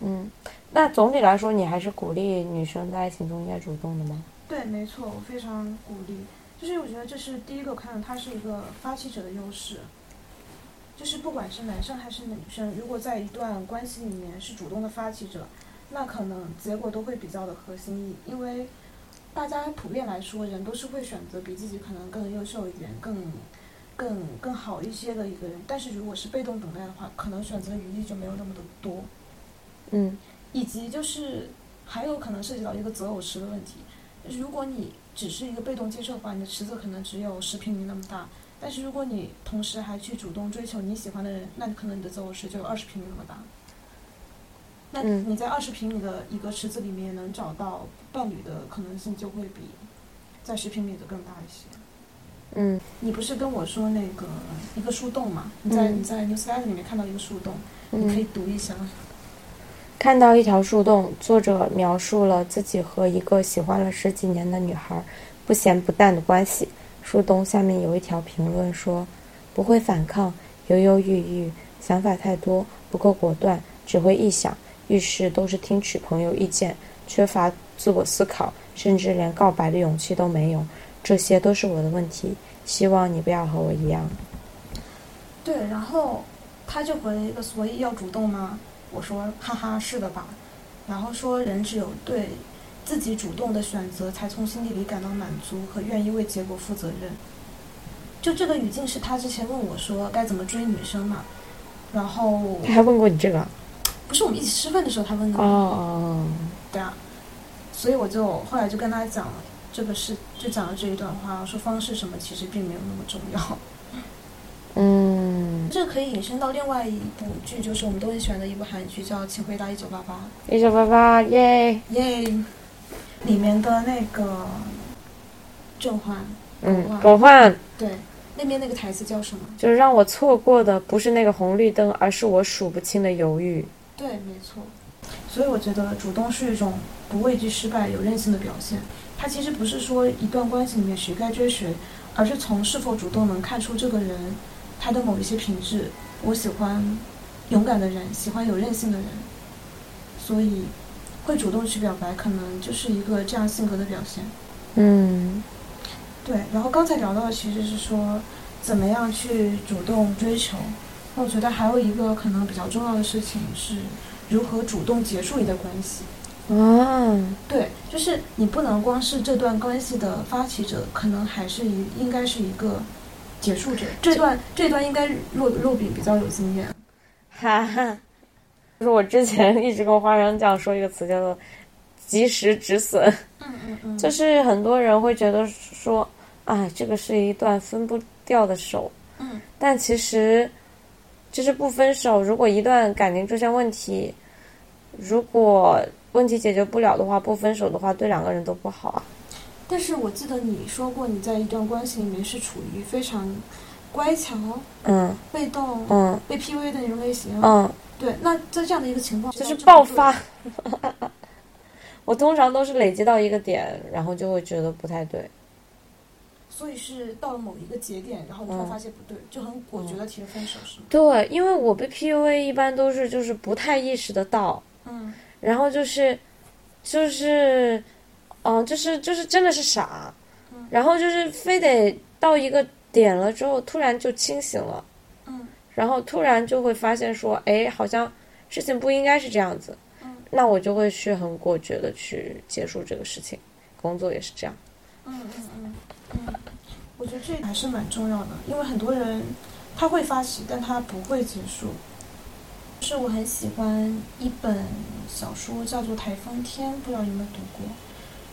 [SPEAKER 2] 嗯，那总体来说，你还是鼓励女生在爱情中应该主动的吗？
[SPEAKER 1] 对，没错，我非常鼓励。就是我觉得这是第一个看到它是一个发起者的优势，就是不管是男生还是女生，如果在一段关系里面是主动的发起者，那可能结果都会比较的合心意，因为大家普遍来说，人都是会选择比自己可能更优秀一点、更更更好一些的一个人。但是如果是被动等待的话，可能选择的余地就没有那么的多。
[SPEAKER 2] 嗯
[SPEAKER 1] 以及就是还有可能涉及到一个择偶池的问题。如果你只是一个被动接受的话，你的池子可能只有十平米那么大。但是如果你同时还去主动追求你喜欢的人，那可能你的择偶池就有二十平米那么大。那
[SPEAKER 2] 嗯
[SPEAKER 1] 你在二十平米的一个池子里面能找到伴侣的可能性就会比在十平米的更大一些。
[SPEAKER 2] 嗯
[SPEAKER 1] 你不是跟我说那个一个树洞嘛？你在、
[SPEAKER 2] 嗯
[SPEAKER 1] 你在 News Live 里面看到一个树洞，你可以
[SPEAKER 2] 嗯。
[SPEAKER 1] 读一下。
[SPEAKER 2] 看到一条树洞，作者描述了自己和一个喜欢了十几年的女孩不咸不淡的关系。树洞下面有一条评论说：“不会反抗，犹犹豫豫，想法太多，不够果断，只会臆想，遇事都是听取朋友意见，缺乏自我思考，甚至连告白的勇气都没有。这些都是我的问题，希望你不要和我一样。
[SPEAKER 1] 对，然后他就回了一个，所以要主动吗？我说，哈哈，是的吧。然后说，人只有对自己主动的选择，才从心底里感到满足和愿意为结果负责任。就这个语境是他之前问我说该怎么追女生嘛，然后”
[SPEAKER 2] 他还问过你这个？
[SPEAKER 1] 不是我们一起吃饭的时候他问的
[SPEAKER 2] 哦
[SPEAKER 1] 吗？
[SPEAKER 2] 哦，
[SPEAKER 1] 对啊，所以我就后来就跟他讲了这个事，就讲了这一段话，说方式什么其实并没有那么重要。
[SPEAKER 2] 嗯。
[SPEAKER 1] 这可以引申到另外一部剧，就是我们都很喜欢的一部韩剧，叫《请回答一九八八
[SPEAKER 2] 一九八八，耶！》，
[SPEAKER 1] 耶！里面的那个郑焕，
[SPEAKER 2] 嗯，
[SPEAKER 1] 狗
[SPEAKER 2] 狗焕
[SPEAKER 1] 对，那边那个台词叫什么？
[SPEAKER 2] 就是让我错过的不是那个红绿灯，而是我数不清的犹豫。
[SPEAKER 1] 对，没错。所以我觉得主动是一种不畏惧失败、有韧性的表现。它其实不是说一段关系里面谁该追谁，而是从是否主动能看出这个人他的某一些品质。我喜欢勇敢的人，喜欢有韧性的人，所以会主动去表白，可能就是一个这样性格的表现。
[SPEAKER 2] 嗯
[SPEAKER 1] 对，然后刚才聊到的其实是说怎么样去主动追求，那我觉得还有一个可能比较重要的事情是如何主动结束一段关系。
[SPEAKER 2] 啊，
[SPEAKER 1] 对，就是你不能光是这段关系的发起者，可能还是一应该是一个结束者。这段这段应该若若比比较有经验。
[SPEAKER 2] 哈哈。就是我之前一直跟花生酱说一个词叫做“及时止损”，
[SPEAKER 1] 嗯嗯嗯这
[SPEAKER 2] 就是很多人会觉得说，哎，这个是一段分不掉的手，
[SPEAKER 1] 嗯，
[SPEAKER 2] 但其实，就是不分手，如果一段感情出现问题，如果问题解决不了的话，不分手的话，对两个人都不好啊。
[SPEAKER 1] 但是我记得你说过你在一段关系里面是处于非常乖巧、
[SPEAKER 2] 嗯
[SPEAKER 1] 被动、
[SPEAKER 2] 嗯
[SPEAKER 1] 被 PUA 的那种类型。
[SPEAKER 2] 嗯，
[SPEAKER 1] 对，那在这样的一个情况，
[SPEAKER 2] 就是爆发。 我通常都是累积到一个点，然后就会觉得不太对。
[SPEAKER 1] 所以是到了某一个节点，然后突然发现不对，就很果决的提了分手，是吗？
[SPEAKER 2] 对，因为我被 PUA 一般都是就是不太意识得到，
[SPEAKER 1] 嗯，
[SPEAKER 2] 然后就是，就是，嗯、就是就是真的是傻
[SPEAKER 1] 嗯，
[SPEAKER 2] 然后就是非得到一个点了之后，突然就清醒了，
[SPEAKER 1] 嗯，
[SPEAKER 2] 然后突然就会发现说，哎，好像事情不应该是这样子
[SPEAKER 5] 嗯，
[SPEAKER 2] 那我就会去很果决的去结束这个事情。工作也是这样，
[SPEAKER 5] 嗯嗯嗯，
[SPEAKER 1] 我觉得这还是蛮重要的，因为很多人他会发起，但他不会结束。就是我很喜欢一本小说，叫做《台风天》，不知道你有没有读过？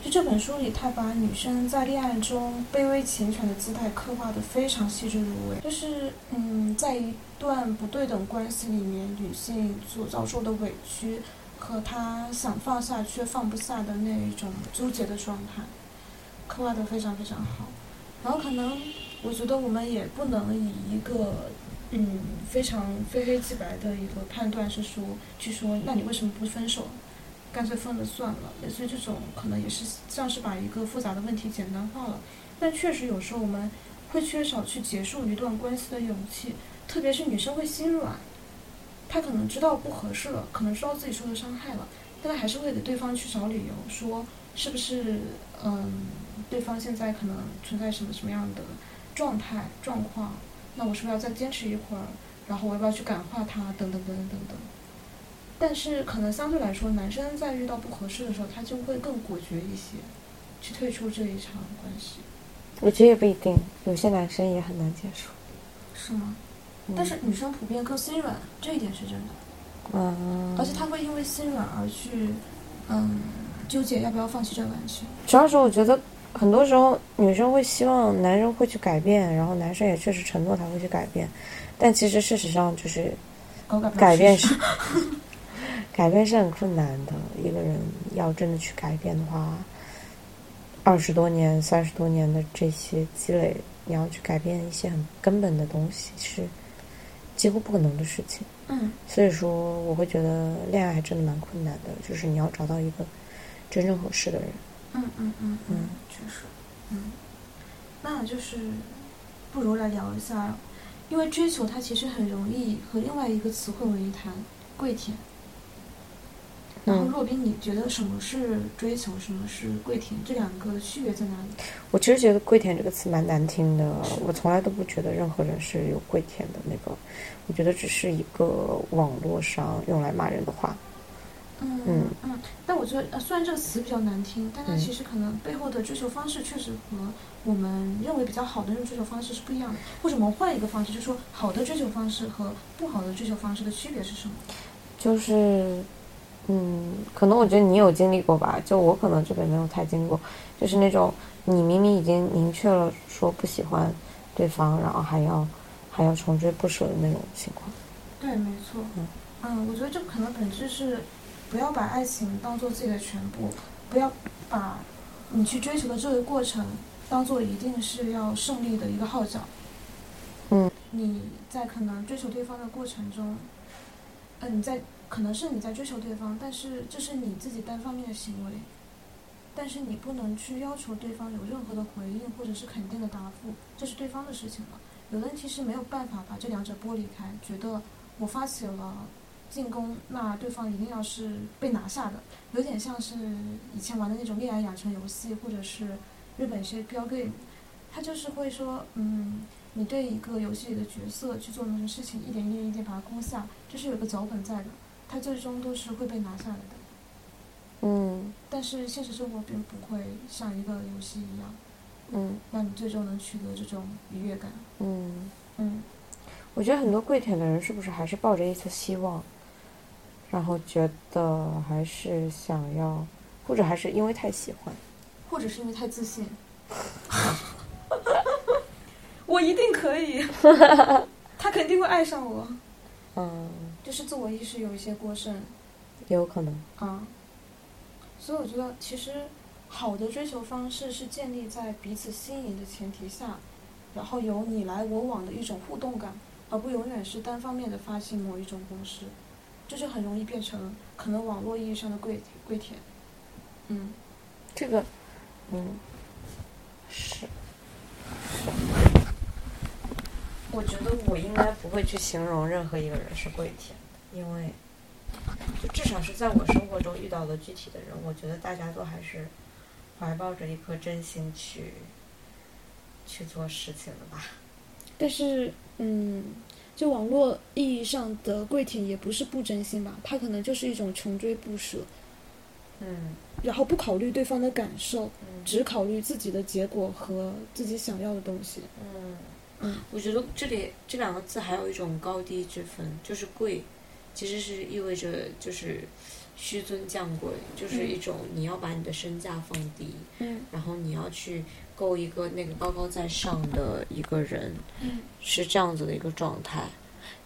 [SPEAKER 1] 就这本书里，他把女生在恋爱中卑微缱绻的姿态刻画的非常细致入微。就是，嗯，在一段不对等关系里面，女性所遭受的委屈和她想放下却放不下的那一种纠结的状态，刻画的非常非常好。然后可能我觉得我们也不能以一个嗯非常非黑即白的一个判断是说去说，那你为什么不分手？干脆分了算了。所以这种可能也是像是把一个复杂的问题简单化了。但确实有时候我们会缺少去结束一段关系的勇气，特别是女生会心软，她可能知道不合适了，可能知道自己受了伤害了，但她还是会给对方去找理由，说是不是嗯。对方现在可能存在什么什么样的状态状况，那我是不是要再坚持一会儿？然后我要不要去感化他？等等等等等等。但是可能相对来说，男生在遇到不合适的时候，他就会更果决一些，去退出这一场关系，
[SPEAKER 2] 我觉得也不一定，有些男生也很难结束。
[SPEAKER 1] 是吗？但是女生普遍更心软，这一点是真的。
[SPEAKER 2] 嗯，
[SPEAKER 1] 而且他会因为心软而去，嗯，纠结要不要放弃这段感情。
[SPEAKER 2] 主要是我觉得很多时候女生会希望男生会去改变，然后男生也确实承诺他会去改变，但其实事实上就是
[SPEAKER 1] 搞改不了
[SPEAKER 2] 改变
[SPEAKER 1] 事
[SPEAKER 2] 是 改变是很困难的。一个人要真的去改变的话，二十多年、三十多年的这些积累，你要去改变一些很根本的东西，是几乎不可能的事情。
[SPEAKER 1] 嗯，
[SPEAKER 2] 所以说，我会觉得恋爱还真的蛮困难的，就是你要找到一个真正合适的人。
[SPEAKER 1] 嗯嗯嗯嗯，确实，嗯，那就是不如来聊一下，因为追求它其实很容易和另外一个词汇为一谈，跪舔。然后
[SPEAKER 2] 嗯
[SPEAKER 1] 洛宾，你觉得什么是追求，什么是跪舔？这两个区别在哪里？
[SPEAKER 2] 我其实觉得“跪舔”这个词蛮难听的，我从来都不觉得任何人是有跪舔的那个，我觉得只是一个网络上用来骂人的话。
[SPEAKER 1] 嗯
[SPEAKER 2] 嗯
[SPEAKER 1] 嗯，但我觉得，呃虽然这个词比较难听，但它
[SPEAKER 2] 嗯
[SPEAKER 1] 其实可能背后的追求方式确实和我们认为比较好的那种追求方式是不一样的，或者我们换一个方式，就说好的追求方式和不好的追求方式的区别是什么？
[SPEAKER 2] 就是，嗯，可能我觉得你有经历过吧，就我可能这边没有太经历过，就是那种你明明已经明确了说不喜欢对方，然后还要还要穷追不舍的那种情况。
[SPEAKER 1] 对，没错
[SPEAKER 2] 嗯。
[SPEAKER 1] 嗯，我觉得这可能本质是，不要把爱情当做自己的全部，不要把你去追求的这个过程当做一定是要胜利的一个号角。
[SPEAKER 2] 嗯，
[SPEAKER 1] 你在可能追求对方的过程中，呃，你在可能是你在追求对方，但是这是你自己单方面的行为，但是你不能去要求对方有任何的回应或者是肯定的答复，这是对方的事情了。有的人其实没有办法把这两者剥离开，觉得我发起了进攻，那对方一定要是被拿下的，有点像是以前玩的那种恋爱养成游戏，或者是日本一些标 game，他就是会说，嗯，你对一个游戏里的角色去做某些事情，一点一点一点把它攻下，这是有个脚本在的，他最终都是会被拿下来的。
[SPEAKER 2] 嗯
[SPEAKER 1] 但是现实生活并不会像一个游戏一样，
[SPEAKER 2] 嗯
[SPEAKER 1] 让你最终能取得这种愉悦感。
[SPEAKER 2] 嗯，
[SPEAKER 1] 嗯，
[SPEAKER 2] 我觉得很多跪舔的人是不是还是抱着一丝希望，然后觉得还是想要，或者还是因为太喜欢。
[SPEAKER 1] 或者是因为太自信， 我一定可以， 他肯定会爱上我。
[SPEAKER 2] 嗯，
[SPEAKER 1] 就是自我意识有一些过剩
[SPEAKER 2] 也有可能。
[SPEAKER 1] 啊。所以我觉得，其实好的追求方式是建立在彼此吸引的前提下，然后有你来我往的一种互动感，而不永远是单方面的发起某一种攻势，这就很容易变成可能网络意义上的跪跪舔。嗯，
[SPEAKER 2] 这个，嗯，是。我觉得我应该不会去形容任何一个人是跪舔的，因为就至少是在我生活中遇到的具体的人，我觉得大家都还是怀抱着一颗真心去去做事情的吧。
[SPEAKER 1] 但是嗯，就网络意义上的跪舔也不是不真心吧，他可能就是一种穷追不舍，
[SPEAKER 3] 嗯
[SPEAKER 1] 然后不考虑对方的感受，
[SPEAKER 3] 嗯
[SPEAKER 1] 只考虑自己的结果和自己想要的东西。
[SPEAKER 3] 嗯
[SPEAKER 1] 嗯
[SPEAKER 3] 我觉得这里这两个字还有一种高低之分，就是贵，其实是意味着就是虚尊降贵，就是
[SPEAKER 2] 嗯
[SPEAKER 3] 一种你要把你的身价放低，
[SPEAKER 1] 嗯
[SPEAKER 3] 然后你要去够一个那个高高在上的一个人，
[SPEAKER 1] 嗯
[SPEAKER 3] 是这样子的一个状态。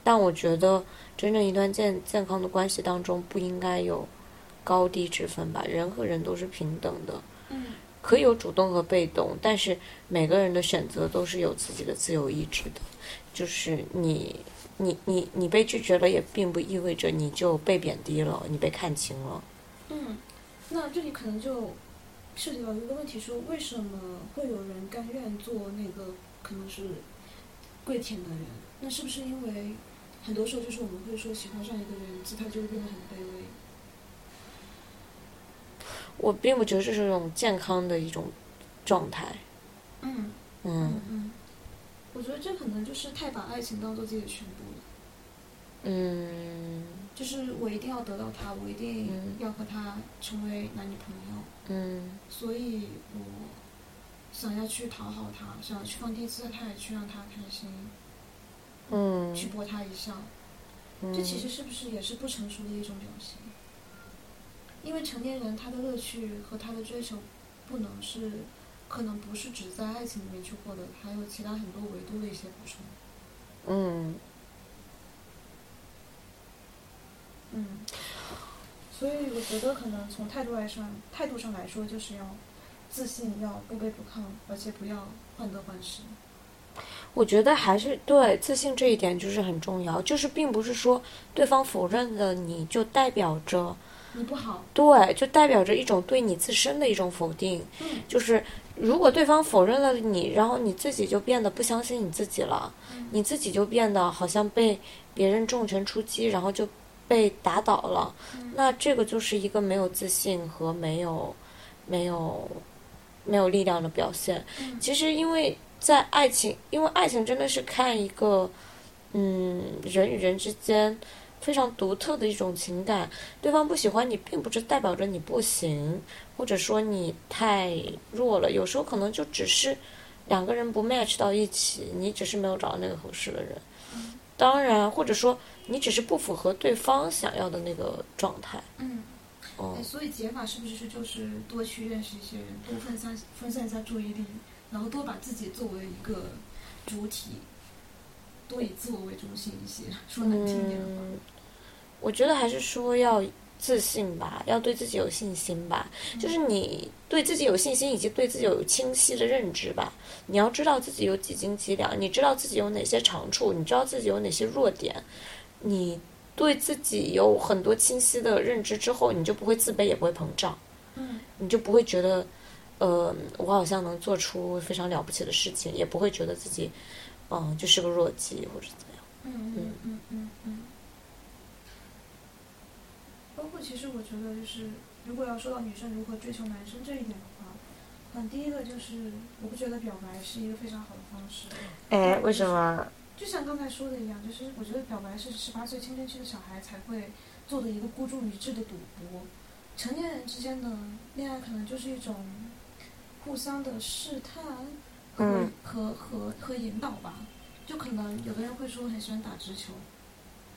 [SPEAKER 3] 但我觉得，真正一段健健康的关系当中，不应该有高低之分吧？人和人都是平等的，
[SPEAKER 1] 嗯，
[SPEAKER 3] 可以有主动和被动，但是每个人的选择都是有自己的自由意志的。就是你，你，你，你被拒绝了，也并不意味着你就被贬低了，你被看清了。
[SPEAKER 1] 嗯，那这里可能就涉及到一个问题，说为什么会有人甘愿做那个可能是跪舔的人？那是不是因为很多时候就是我们会说喜欢上一个人，姿态就会变得很卑微？
[SPEAKER 3] 我并不觉得这是一种健康的一种状态。
[SPEAKER 1] 嗯
[SPEAKER 3] 嗯
[SPEAKER 1] 嗯，我觉得这可能就是太把爱情当做自己的全部了，
[SPEAKER 3] 嗯
[SPEAKER 1] 就是我一定要得到他，我一定
[SPEAKER 3] 嗯
[SPEAKER 1] 要和他成为男女朋友，
[SPEAKER 3] 嗯
[SPEAKER 1] 所以我想要去讨好他，想要去放低姿态，去让他开心，
[SPEAKER 3] 嗯，
[SPEAKER 1] 去博他一笑。
[SPEAKER 3] 嗯
[SPEAKER 1] 这其实是不是也是不成熟的一种表现？因为成年人他的乐趣和他的追求，不能是，可能不是只在爱情里面去获得，还有其他很多维度的一些补充。
[SPEAKER 3] 嗯
[SPEAKER 1] 嗯，所以我觉得可能从态度来上，态度上来说，就是要自信，要不卑不亢，而且不要患得患失。，
[SPEAKER 3] 我觉得还是对自信这一点就是很重要，就是并不是说对方否认了你就代表着
[SPEAKER 1] 你不好，
[SPEAKER 3] 对，就代表着一种对你自身的一种否定，
[SPEAKER 1] 嗯
[SPEAKER 3] 就是如果对方否认了你，然后你自己就变得不相信你自己了，
[SPEAKER 1] 嗯
[SPEAKER 3] 你自己就变得好像被别人重拳出击，然后就被打倒了，
[SPEAKER 1] 嗯
[SPEAKER 3] 那这个就是一个没有自信和没有没有没有力量的表现。
[SPEAKER 1] 嗯
[SPEAKER 3] 其实因为在爱情，因为爱情真的是看一个，嗯，人与人之间非常独特的一种情感。对方不喜欢你，并不是代表着你不行，或者说你太弱了。有时候可能就只是两个人不 match 到一起，你只是没有找到那个合适的人。
[SPEAKER 1] 嗯
[SPEAKER 3] 当然，或者说你只是不符合对方想要的那个状态。
[SPEAKER 1] 嗯，
[SPEAKER 3] 哦
[SPEAKER 1] 哎，，所以解法是不是就是多去认识一些人，多分散分散一下注意力，然后多把自己作为一个主体，多以自我为中心一些，说难听点的话。
[SPEAKER 3] 嗯，我觉得还是说要自信吧，要对自己有信心吧。就是你对自己有信心，以及对自己有清晰的认知吧。你要知道自己有几斤几两，你知道自己有哪些长处，你知道自己有哪些弱点，你对自己有很多清晰的认知之后，你就不会自卑，也不会膨胀，
[SPEAKER 1] 嗯
[SPEAKER 3] 你就不会觉得，呃，我好像能做出非常了不起的事情，也不会觉得自己，嗯、就是个弱鸡或者怎么样。
[SPEAKER 1] 嗯嗯嗯嗯嗯。包括其实我觉得就是，如果要说到女生如何追求男生这一点的话，嗯，第一个就是我不觉得表白是一个非常好的方式。哎为什
[SPEAKER 3] 么？
[SPEAKER 1] 就像刚才说的一样，就是我觉得表白是十八岁青春期的小孩才会做的一个孤注一掷的赌博。成年人之间的恋爱可能就是一种互相的试探和、
[SPEAKER 3] 嗯
[SPEAKER 1] 和和和引导吧。就可能有的人会说很喜欢打直球，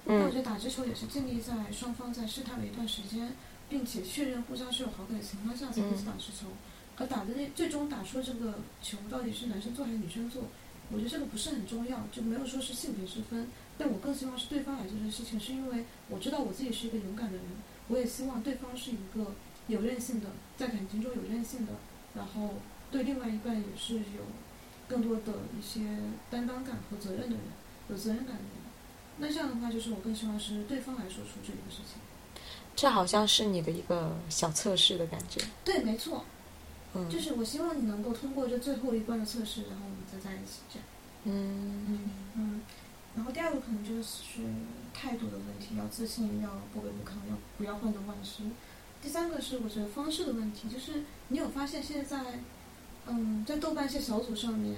[SPEAKER 1] 但我
[SPEAKER 3] 嗯
[SPEAKER 1] 觉得打直球也是建立在双方在试探了一段时间，并且确认互相是有好感的情况下才会去打直球。
[SPEAKER 3] 嗯
[SPEAKER 1] 而打的那最终打出这个球到底是男生做还是女生做，我觉得这个不是很重要，就没有说是性别之分。但我更希望是对方来做这个事情，是因为我知道我自己是一个勇敢的人，我也希望对方是一个有韧性的，在感情中有韧性的，然后对另外一半也是有更多的一些担当感和责任的人，有责任感的人。那这样的话，就是我更希望是对方来说出这个事情。
[SPEAKER 3] 这好像是你的一个小测试的感觉。
[SPEAKER 1] 对，没错，
[SPEAKER 3] 嗯，
[SPEAKER 1] 就是我希望你能够通过这最后一关的测试，然后我们再在一起这样。
[SPEAKER 3] 嗯
[SPEAKER 1] 嗯嗯。然后第二个可能就是态度的问题，要自信，要不卑不亢，要不要患得患失。第三个是我觉得方式的问题，就是你有发现现在，嗯，在豆瓣一些小组上面，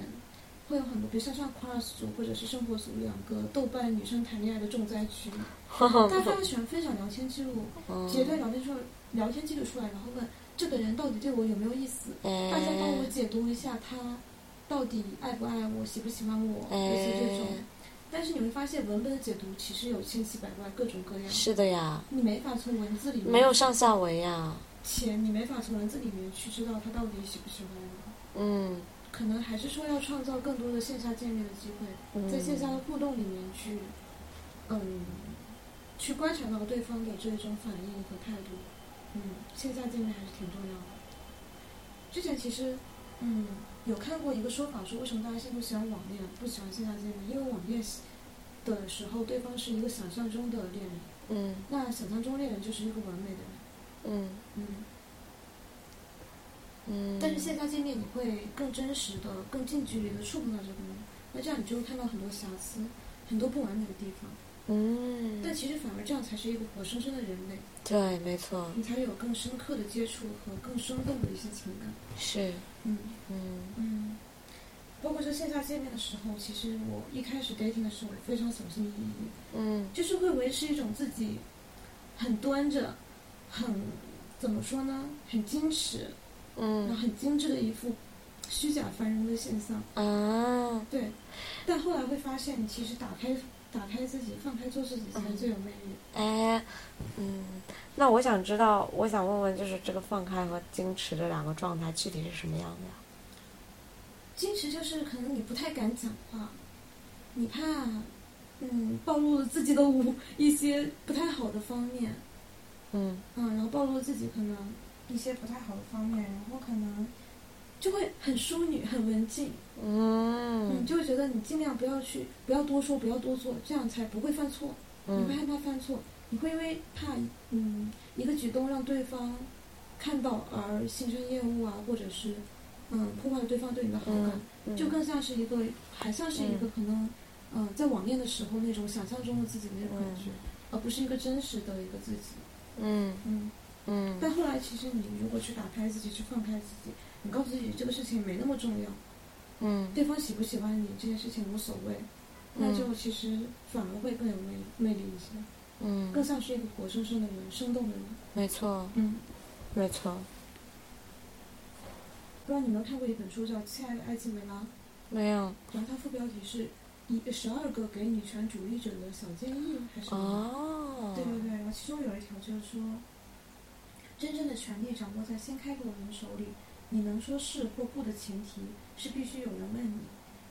[SPEAKER 1] 会有很多，比如像像 Cross 组或者是生活组两个豆瓣女生谈恋爱的重灾区，大家喜欢分享聊天记录，
[SPEAKER 3] 嗯
[SPEAKER 1] 截对聊天出聊天记录出来，然后问这个人到底对我有没有意思，
[SPEAKER 3] 嗯
[SPEAKER 1] 大家帮我解读一下他到底爱不爱我，喜不喜欢
[SPEAKER 3] 哎
[SPEAKER 1] 我，类似这种。但是你会发现，文本的解读其实有千奇百怪，各种各样。
[SPEAKER 3] 是的呀，
[SPEAKER 1] 你没法从文字里面
[SPEAKER 3] 没有上下文呀，
[SPEAKER 1] 且你没法从文字里面去知道他到底喜不喜欢你，
[SPEAKER 3] 嗯，
[SPEAKER 1] 可能还是说要创造更多的线下见面的机会，
[SPEAKER 3] 嗯
[SPEAKER 1] 在线下的互动里面去，嗯，去观察到对方的这种反应和态度，嗯，线下见面还是挺重要的。之前其实，嗯，有看过一个说法，说为什么大家现在都喜欢网恋，不喜欢线下见面，因为网恋的时候，对方是一个想象中的恋人，
[SPEAKER 3] 嗯
[SPEAKER 1] 那想象中恋人就是一个完美的人，
[SPEAKER 3] 嗯
[SPEAKER 1] 嗯。
[SPEAKER 3] 嗯，
[SPEAKER 1] 但是线下见面你会更真实的、更近距离的触碰到这个人，那这样你就会看到很多瑕疵、很多不完美的地方。
[SPEAKER 3] 嗯，
[SPEAKER 1] 但其实反而这样才是一个活生生的人类，
[SPEAKER 3] 对，没错，
[SPEAKER 1] 你才有更深刻的接触和更生动的一些情感。
[SPEAKER 3] 是，
[SPEAKER 1] 嗯
[SPEAKER 3] 嗯
[SPEAKER 1] 嗯，包括说线下见面的时候，其实我一开始 dating 的时候，我非常小心翼翼，
[SPEAKER 3] 嗯
[SPEAKER 1] 就是会维持一种自己很端着、很怎么说呢，很矜持， 然后
[SPEAKER 3] 嗯
[SPEAKER 1] 很精致的一副虚假繁荣的现象。
[SPEAKER 3] 啊，
[SPEAKER 1] 对，但后来会发现，其实打开打开自己，放开做自己才是最有魅力。
[SPEAKER 3] 哎，嗯，那我想知道，我想问问，就是这个放开和矜持这两个状态具体是什么样的呀？
[SPEAKER 1] 矜持就是可能你不太敢讲话，你怕嗯暴露了自己的无一些不太好的方面，
[SPEAKER 3] 嗯
[SPEAKER 1] 嗯，然后暴露了自己可能一些不太好的方面，然后可能就会很淑女、很文静，你
[SPEAKER 3] 嗯
[SPEAKER 1] 就会觉得你尽量不要去，不要多说，不要多做，这样才不会犯错。你会
[SPEAKER 3] 嗯
[SPEAKER 1] 害怕犯错，你会因为怕嗯一个举动让对方看到而心生厌恶啊，或者是嗯破坏了对方对你的好感，
[SPEAKER 3] 嗯，
[SPEAKER 1] 就更像是一个还像是一个可能嗯、呃在网恋的时候那种想象中的自己的那种感觉，而不是一个真实的一个自己。
[SPEAKER 3] 嗯
[SPEAKER 1] 嗯，
[SPEAKER 3] 嗯
[SPEAKER 1] 但后来其实你如果去打开自己，去放开自己，你告诉自己这个事情没那么重要，
[SPEAKER 3] 嗯
[SPEAKER 1] 对方喜不喜欢你这件事情无所谓，那就其实反而会更有魅魅力一些。更
[SPEAKER 3] 嗯，
[SPEAKER 1] 像是一个活生生的人，生动的人。
[SPEAKER 3] 没错
[SPEAKER 1] 嗯，
[SPEAKER 3] 没错，
[SPEAKER 1] 不知道你们看过一本书叫《亲爱的艾奇梅拉》，
[SPEAKER 3] 没有
[SPEAKER 1] 然后它副标题是“一十二个给女权主义者的小建议”还是什么？
[SPEAKER 3] 哦
[SPEAKER 1] 对对对，然后其中有一条就是说，真正的权利掌握在新开拓的人手里，你能说是或不的前提是必须有人问你。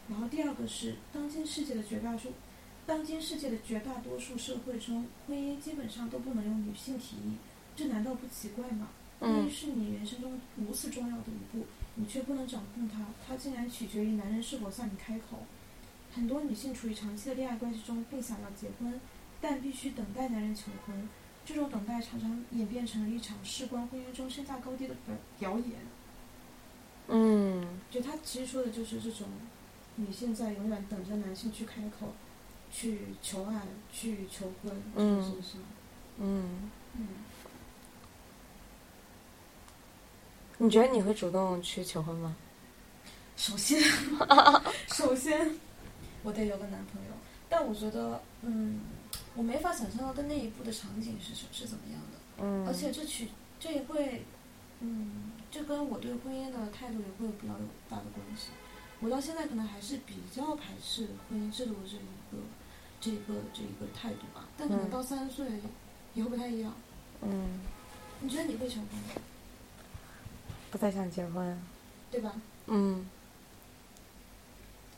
[SPEAKER 1] 然后第二个是，当今世界的绝大多数，当今世界的绝大多数社会中，婚姻基本上都不能由女性提议，这难道不奇怪吗？婚
[SPEAKER 3] 嗯
[SPEAKER 1] 姻是你人生中如此重要的一步，你却不能掌控它，它竟然取决于男人是否向你开口。很多女性处于长期的恋爱关系中，并想要结婚，但必须等待男人求婚。这种等待常常演变成了一场事关婚姻中身价高低的表表演。
[SPEAKER 3] 嗯
[SPEAKER 1] 就他其实说的就是这种，女性在永远等着男性去开口，去求爱，去求婚，这种
[SPEAKER 3] 嗯
[SPEAKER 1] 形式。
[SPEAKER 3] 嗯，
[SPEAKER 1] 嗯，
[SPEAKER 3] 你觉得你会主动去求婚吗？
[SPEAKER 1] 首先， 首先，我得有个男朋友。但我觉得，嗯，我没法想象到的那一步的场景是什是怎么样的，
[SPEAKER 3] 嗯，
[SPEAKER 1] 而且这取这也会，嗯，这跟我对婚姻的态度也会比较有大的关系。我到现在可能还是比较排斥婚姻制度这一个这一个这一个态度吧，但可能
[SPEAKER 3] 嗯
[SPEAKER 1] 到三十岁以后不太一样。
[SPEAKER 3] 嗯，
[SPEAKER 1] 你觉得你会求婚吗，
[SPEAKER 3] 不太想结婚。啊
[SPEAKER 1] 对吧？
[SPEAKER 3] 嗯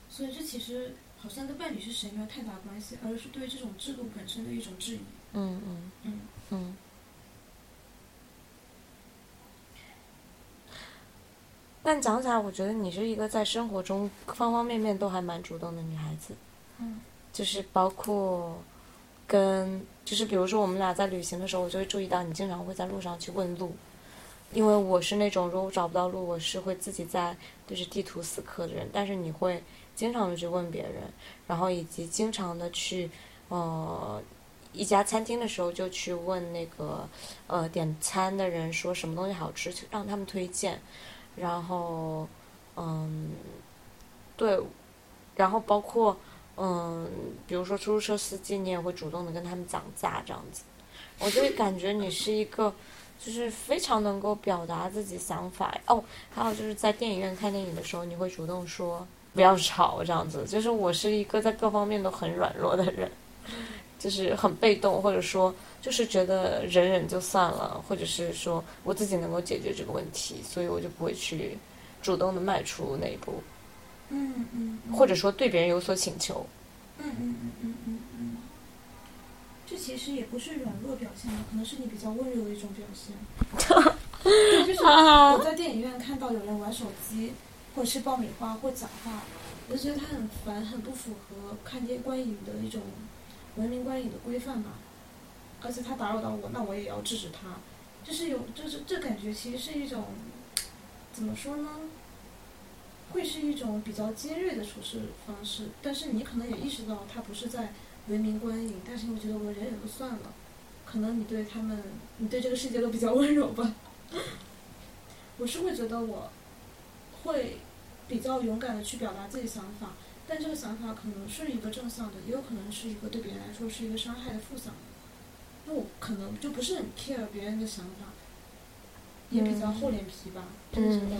[SPEAKER 1] 所以这其实好像跟伴侣是谁没有太大关系，而是对这种制度本身的一种质疑。
[SPEAKER 3] 嗯嗯
[SPEAKER 1] 嗯，
[SPEAKER 3] 嗯。但讲起来，我觉得你是一个在生活中方方面面都还蛮主动的女孩子。
[SPEAKER 1] 嗯，
[SPEAKER 3] 就是包括跟，就是比如说我们俩在旅行的时候，我就会注意到你经常会在路上去问路，因为我是那种如果我找不到路，我是会自己在就是地图死磕的人，但是你会经常的去问别人，然后以及经常的去，呃。一家餐厅的时候，就去问那个，呃，点餐的人说什么东西好吃，去让他们推荐。然后，嗯，对，然后包括嗯，比如说出租车司机，你也会主动的跟他们讲价这样子。我就会感觉你是一个，就是非常能够表达自己想法哦。还有就是在电影院看电影的时候，你会主动说不要吵这样子。就是我是一个在各方面都很软弱的人，就是很被动，或者说就是觉得忍忍就算了，或者是说我自己能够解决这个问题，所以我就不会去主动的迈出那一步，
[SPEAKER 5] 嗯嗯
[SPEAKER 3] 或者说对别人有所请求。
[SPEAKER 1] 嗯嗯嗯嗯嗯嗯，这其实也不是软弱表现，可能是你比较温柔的一种表现。对，就是我在电影院看到有人玩手机，或者吃爆米花，或讲话，我就觉得他很烦，很不符合看电观影的一种文明观影的规范吧。而且他打扰到我，那我也要制止他。就是有，就是这感觉其实是一种，怎么说呢？会是一种比较尖锐的处事方式，但是你可能也意识到他不是在文明观影，但是你觉得我忍忍就算了，可能你对他们，你对这个世界都比较温柔吧。我是会觉得我会比较勇敢的去表达自己想法，但这个想法可能是一个正向的，也有可能是一个对别人来说是一个伤害的负向的。那我可能就不是很 care 别人的想法，也比较厚脸皮吧，就是觉得。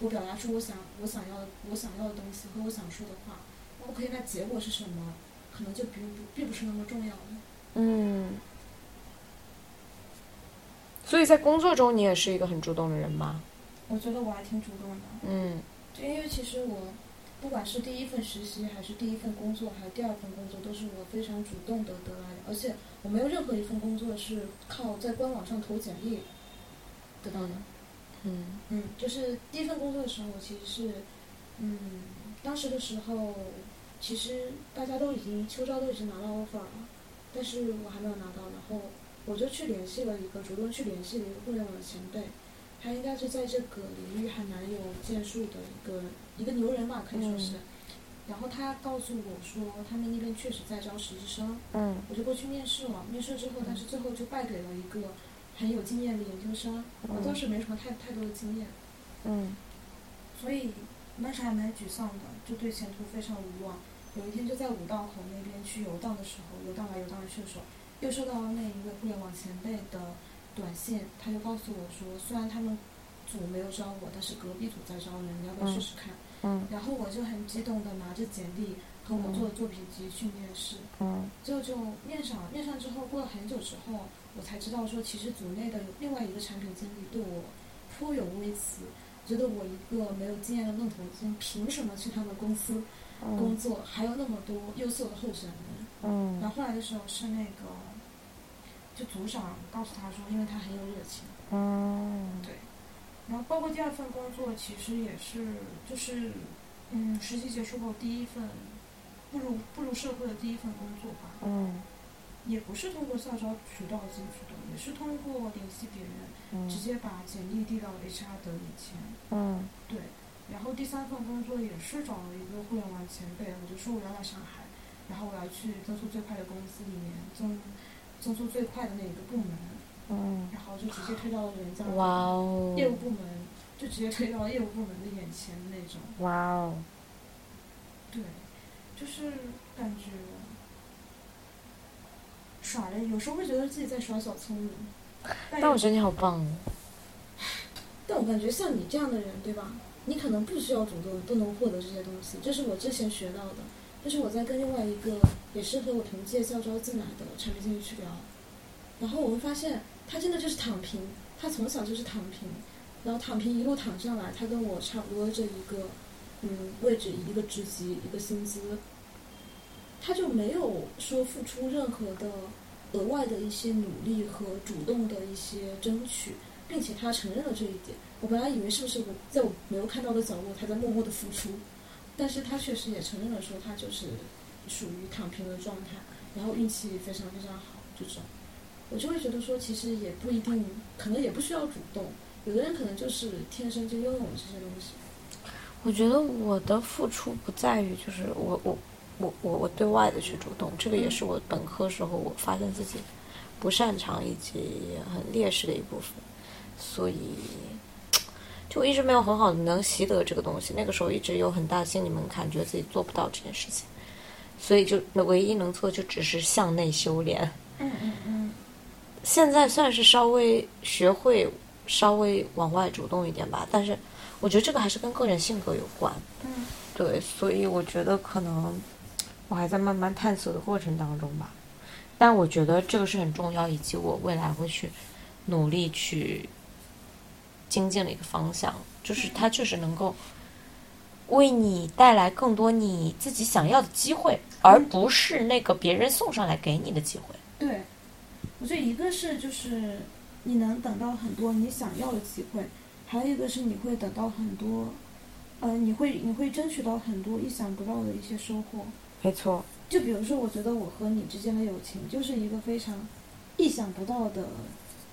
[SPEAKER 1] 我表达出我想我想要的我想要的东西和我想说的话，OK，那结果是什么，可能就并不并不是那么重要了。
[SPEAKER 3] 嗯，所以在工作中你也是一个很主动的人吗？
[SPEAKER 1] 我觉得我还挺主动的，
[SPEAKER 3] 嗯
[SPEAKER 1] 就因为其实我不管是第一份实习，还是第一份工作，还是第二份工作，都是我非常主动的得来的，而且我没有任何一份工作是靠在官网上投简历得到的。
[SPEAKER 3] 嗯
[SPEAKER 1] 嗯，就是第一份工作的时候，我其实是，嗯，当时的时候，其实大家都已经秋招都已经拿到 offer 了，但是我还没有拿到，然后我就去联系了一个主动去联系了一个互联网的前辈，他应该是在这个领域还蛮有建树的一个一个牛人吧，可以说是。然后他告诉我说，他们那边确实在招实习生，
[SPEAKER 3] 嗯
[SPEAKER 1] 我就过去面试了。面试之后，但是最后就败给了一个很有经验的研究生，我当时没什么太太多的经验。
[SPEAKER 3] 嗯
[SPEAKER 1] 所以那时还蛮沮丧的，就对前途非常无望。有一天就在五道口那边去游荡的时候，游荡来游荡去的时候，又收到了那一位互联网前辈的短信，他就告诉我说，虽然他们组没有招我，但是隔壁组在招人，你要不要试试看？
[SPEAKER 3] 嗯
[SPEAKER 1] 然后我就很激动的拿着简历和我做的作品集去面试，
[SPEAKER 3] 嗯
[SPEAKER 1] 最后就面上了，面上之后过了很久之后，我才知道说，其实组内的有另外一个产品经理对我颇有微词，觉得我一个没有经验的愣头青，凭什么去他们公司工作？还有那么多优秀的候选人。
[SPEAKER 3] 嗯
[SPEAKER 1] 然后后来的时候是那个，就组长告诉他说，因为他很有热情。
[SPEAKER 3] 嗯
[SPEAKER 1] 然后包括第二份工作，其实也是就是，嗯，实习结束后第一份步入步入社会的第一份工作吧。
[SPEAKER 3] 嗯
[SPEAKER 1] 也不是通过校招渠道进去的，也是通过联系别人，直接把简历递到 HR 的以前。
[SPEAKER 3] 嗯
[SPEAKER 1] 对，然后第三份工作也是找了一个互联网前辈，我就说我要来上海，然后我要去增速最快的公司里面增增速最快的那一个部门，
[SPEAKER 3] 嗯，
[SPEAKER 1] 然后就直接推到了人家
[SPEAKER 3] 哇
[SPEAKER 1] 的
[SPEAKER 3] 哦，
[SPEAKER 1] 业务部门，就直接推到了业务部门的眼前那种。
[SPEAKER 3] 哇哦，
[SPEAKER 1] 对，就是感觉耍了，有时候会觉得自己在耍小聪明。但
[SPEAKER 3] 但我觉得你好棒哦，
[SPEAKER 1] 但我感觉像你这样的人，对吧？你可能不需要主动都能获得这些东西，这是我之前学到的。就是我在跟另外一个也是和我同届校招进来的产品经理去聊，然后我会发现他真的就是躺平，他从小就是躺平，然后躺平一路躺上来，他跟我差不多这一个嗯位置一个职级一个薪资，他就没有说付出任何的额外的一些努力和主动的一些争取，并且他承认了这一点。我本来以为是不是我在我没有看到的角落，他在默默的付出，但是他确实也承认了，说他就是属于躺平的状态，然后运气非常非常好这种。我就会觉得说，其实也不一定，可能也不需要主动，有的人可能就是天生就拥有这些东西。
[SPEAKER 3] 我觉得我的付出不在于就是我我我我我对外的去主动，这个也是我本科时候我发现自己不擅长以及很劣势的一部分，所以就就一直没有很好的能习得这个东西。那个时候一直有很大心理门槛，觉得自己做不到这件事情，所以就唯一能做就只是向内修炼。
[SPEAKER 1] 嗯嗯嗯，
[SPEAKER 3] 现在算是稍微学会稍微往外主动一点吧，但是我觉得这个还是跟个人性格有关。
[SPEAKER 1] 嗯，
[SPEAKER 3] 对，所以我觉得可能我还在慢慢探索的过程当中吧，但我觉得这个是很重要，以及我未来会去努力去精进的一个方向，就是它确实能够为你带来更多你自己想要的机会，而不是那个别人送上来给你的机会。
[SPEAKER 1] 对，我觉得一个是就是你能等到很多你想要的机会，还有一个是你会等到很多，呃，你会你会争取到很多意想不到的一些收获。
[SPEAKER 3] 没错，
[SPEAKER 1] 就比如说，我觉得我和你之间的友情就是一个非常意想不到的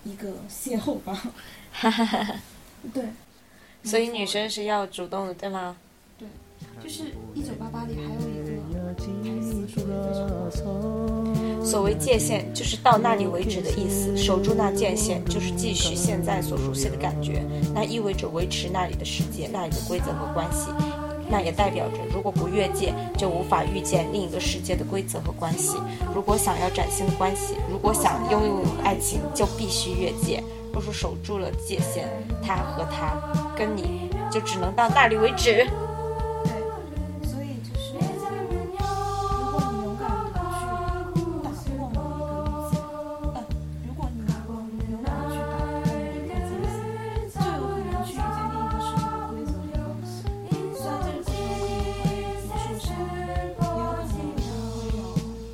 [SPEAKER 1] 一个邂逅吧。 对，
[SPEAKER 3] 所以女生是要主动的，对吗？
[SPEAKER 5] 就是一九八八里还有一个台词说的非常好。
[SPEAKER 3] 所谓界限，就是到那里为止的意思。守住那界限，就是继续现在所熟悉的感觉。那意味着维持那里的世界、那里的规则和关系。那也代表着，如果不越界，就无法遇见另一个世界的规则和关系。如果想要崭新的关系，如果想拥有爱情，就必须越界。若是守住了界限，他和他跟你就只能到那里为止。
[SPEAKER 1] 对，所以就是，如果你勇敢的去打破某一个界限，呃，如果你能够勇敢的去打破某一个界限，就有可能去遇见另一个世界的规则和关系。虽然这个过程有可能会受伤，也有可能会有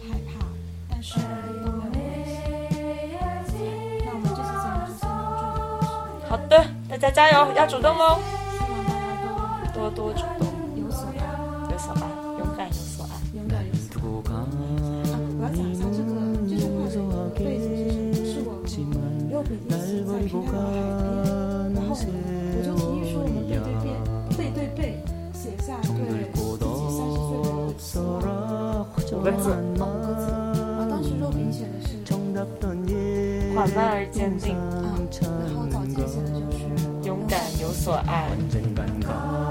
[SPEAKER 1] 害怕，但是都没有关系。那我们这期节目就先到这里为止，
[SPEAKER 3] 好的，大家加油，要主动哦，
[SPEAKER 1] 希望大家
[SPEAKER 3] 多多主动，
[SPEAKER 1] 都有所爱，
[SPEAKER 3] 有所爱，勇敢有所爱。
[SPEAKER 1] 勇敢有所爱。啊，我要讲一下这个这句话的背景是什么？是我因为我每天写在平台上海边，然后我就提议说我们背对背背对背写下对自己三十岁的一个期望，
[SPEAKER 3] 五个字，
[SPEAKER 1] 哦五个字。啊，当时肉饼写的是
[SPEAKER 3] 缓慢而坚定，
[SPEAKER 1] 嗯啊，然后早间写的就是
[SPEAKER 3] 勇敢有所爱。
[SPEAKER 4] 완전 반가워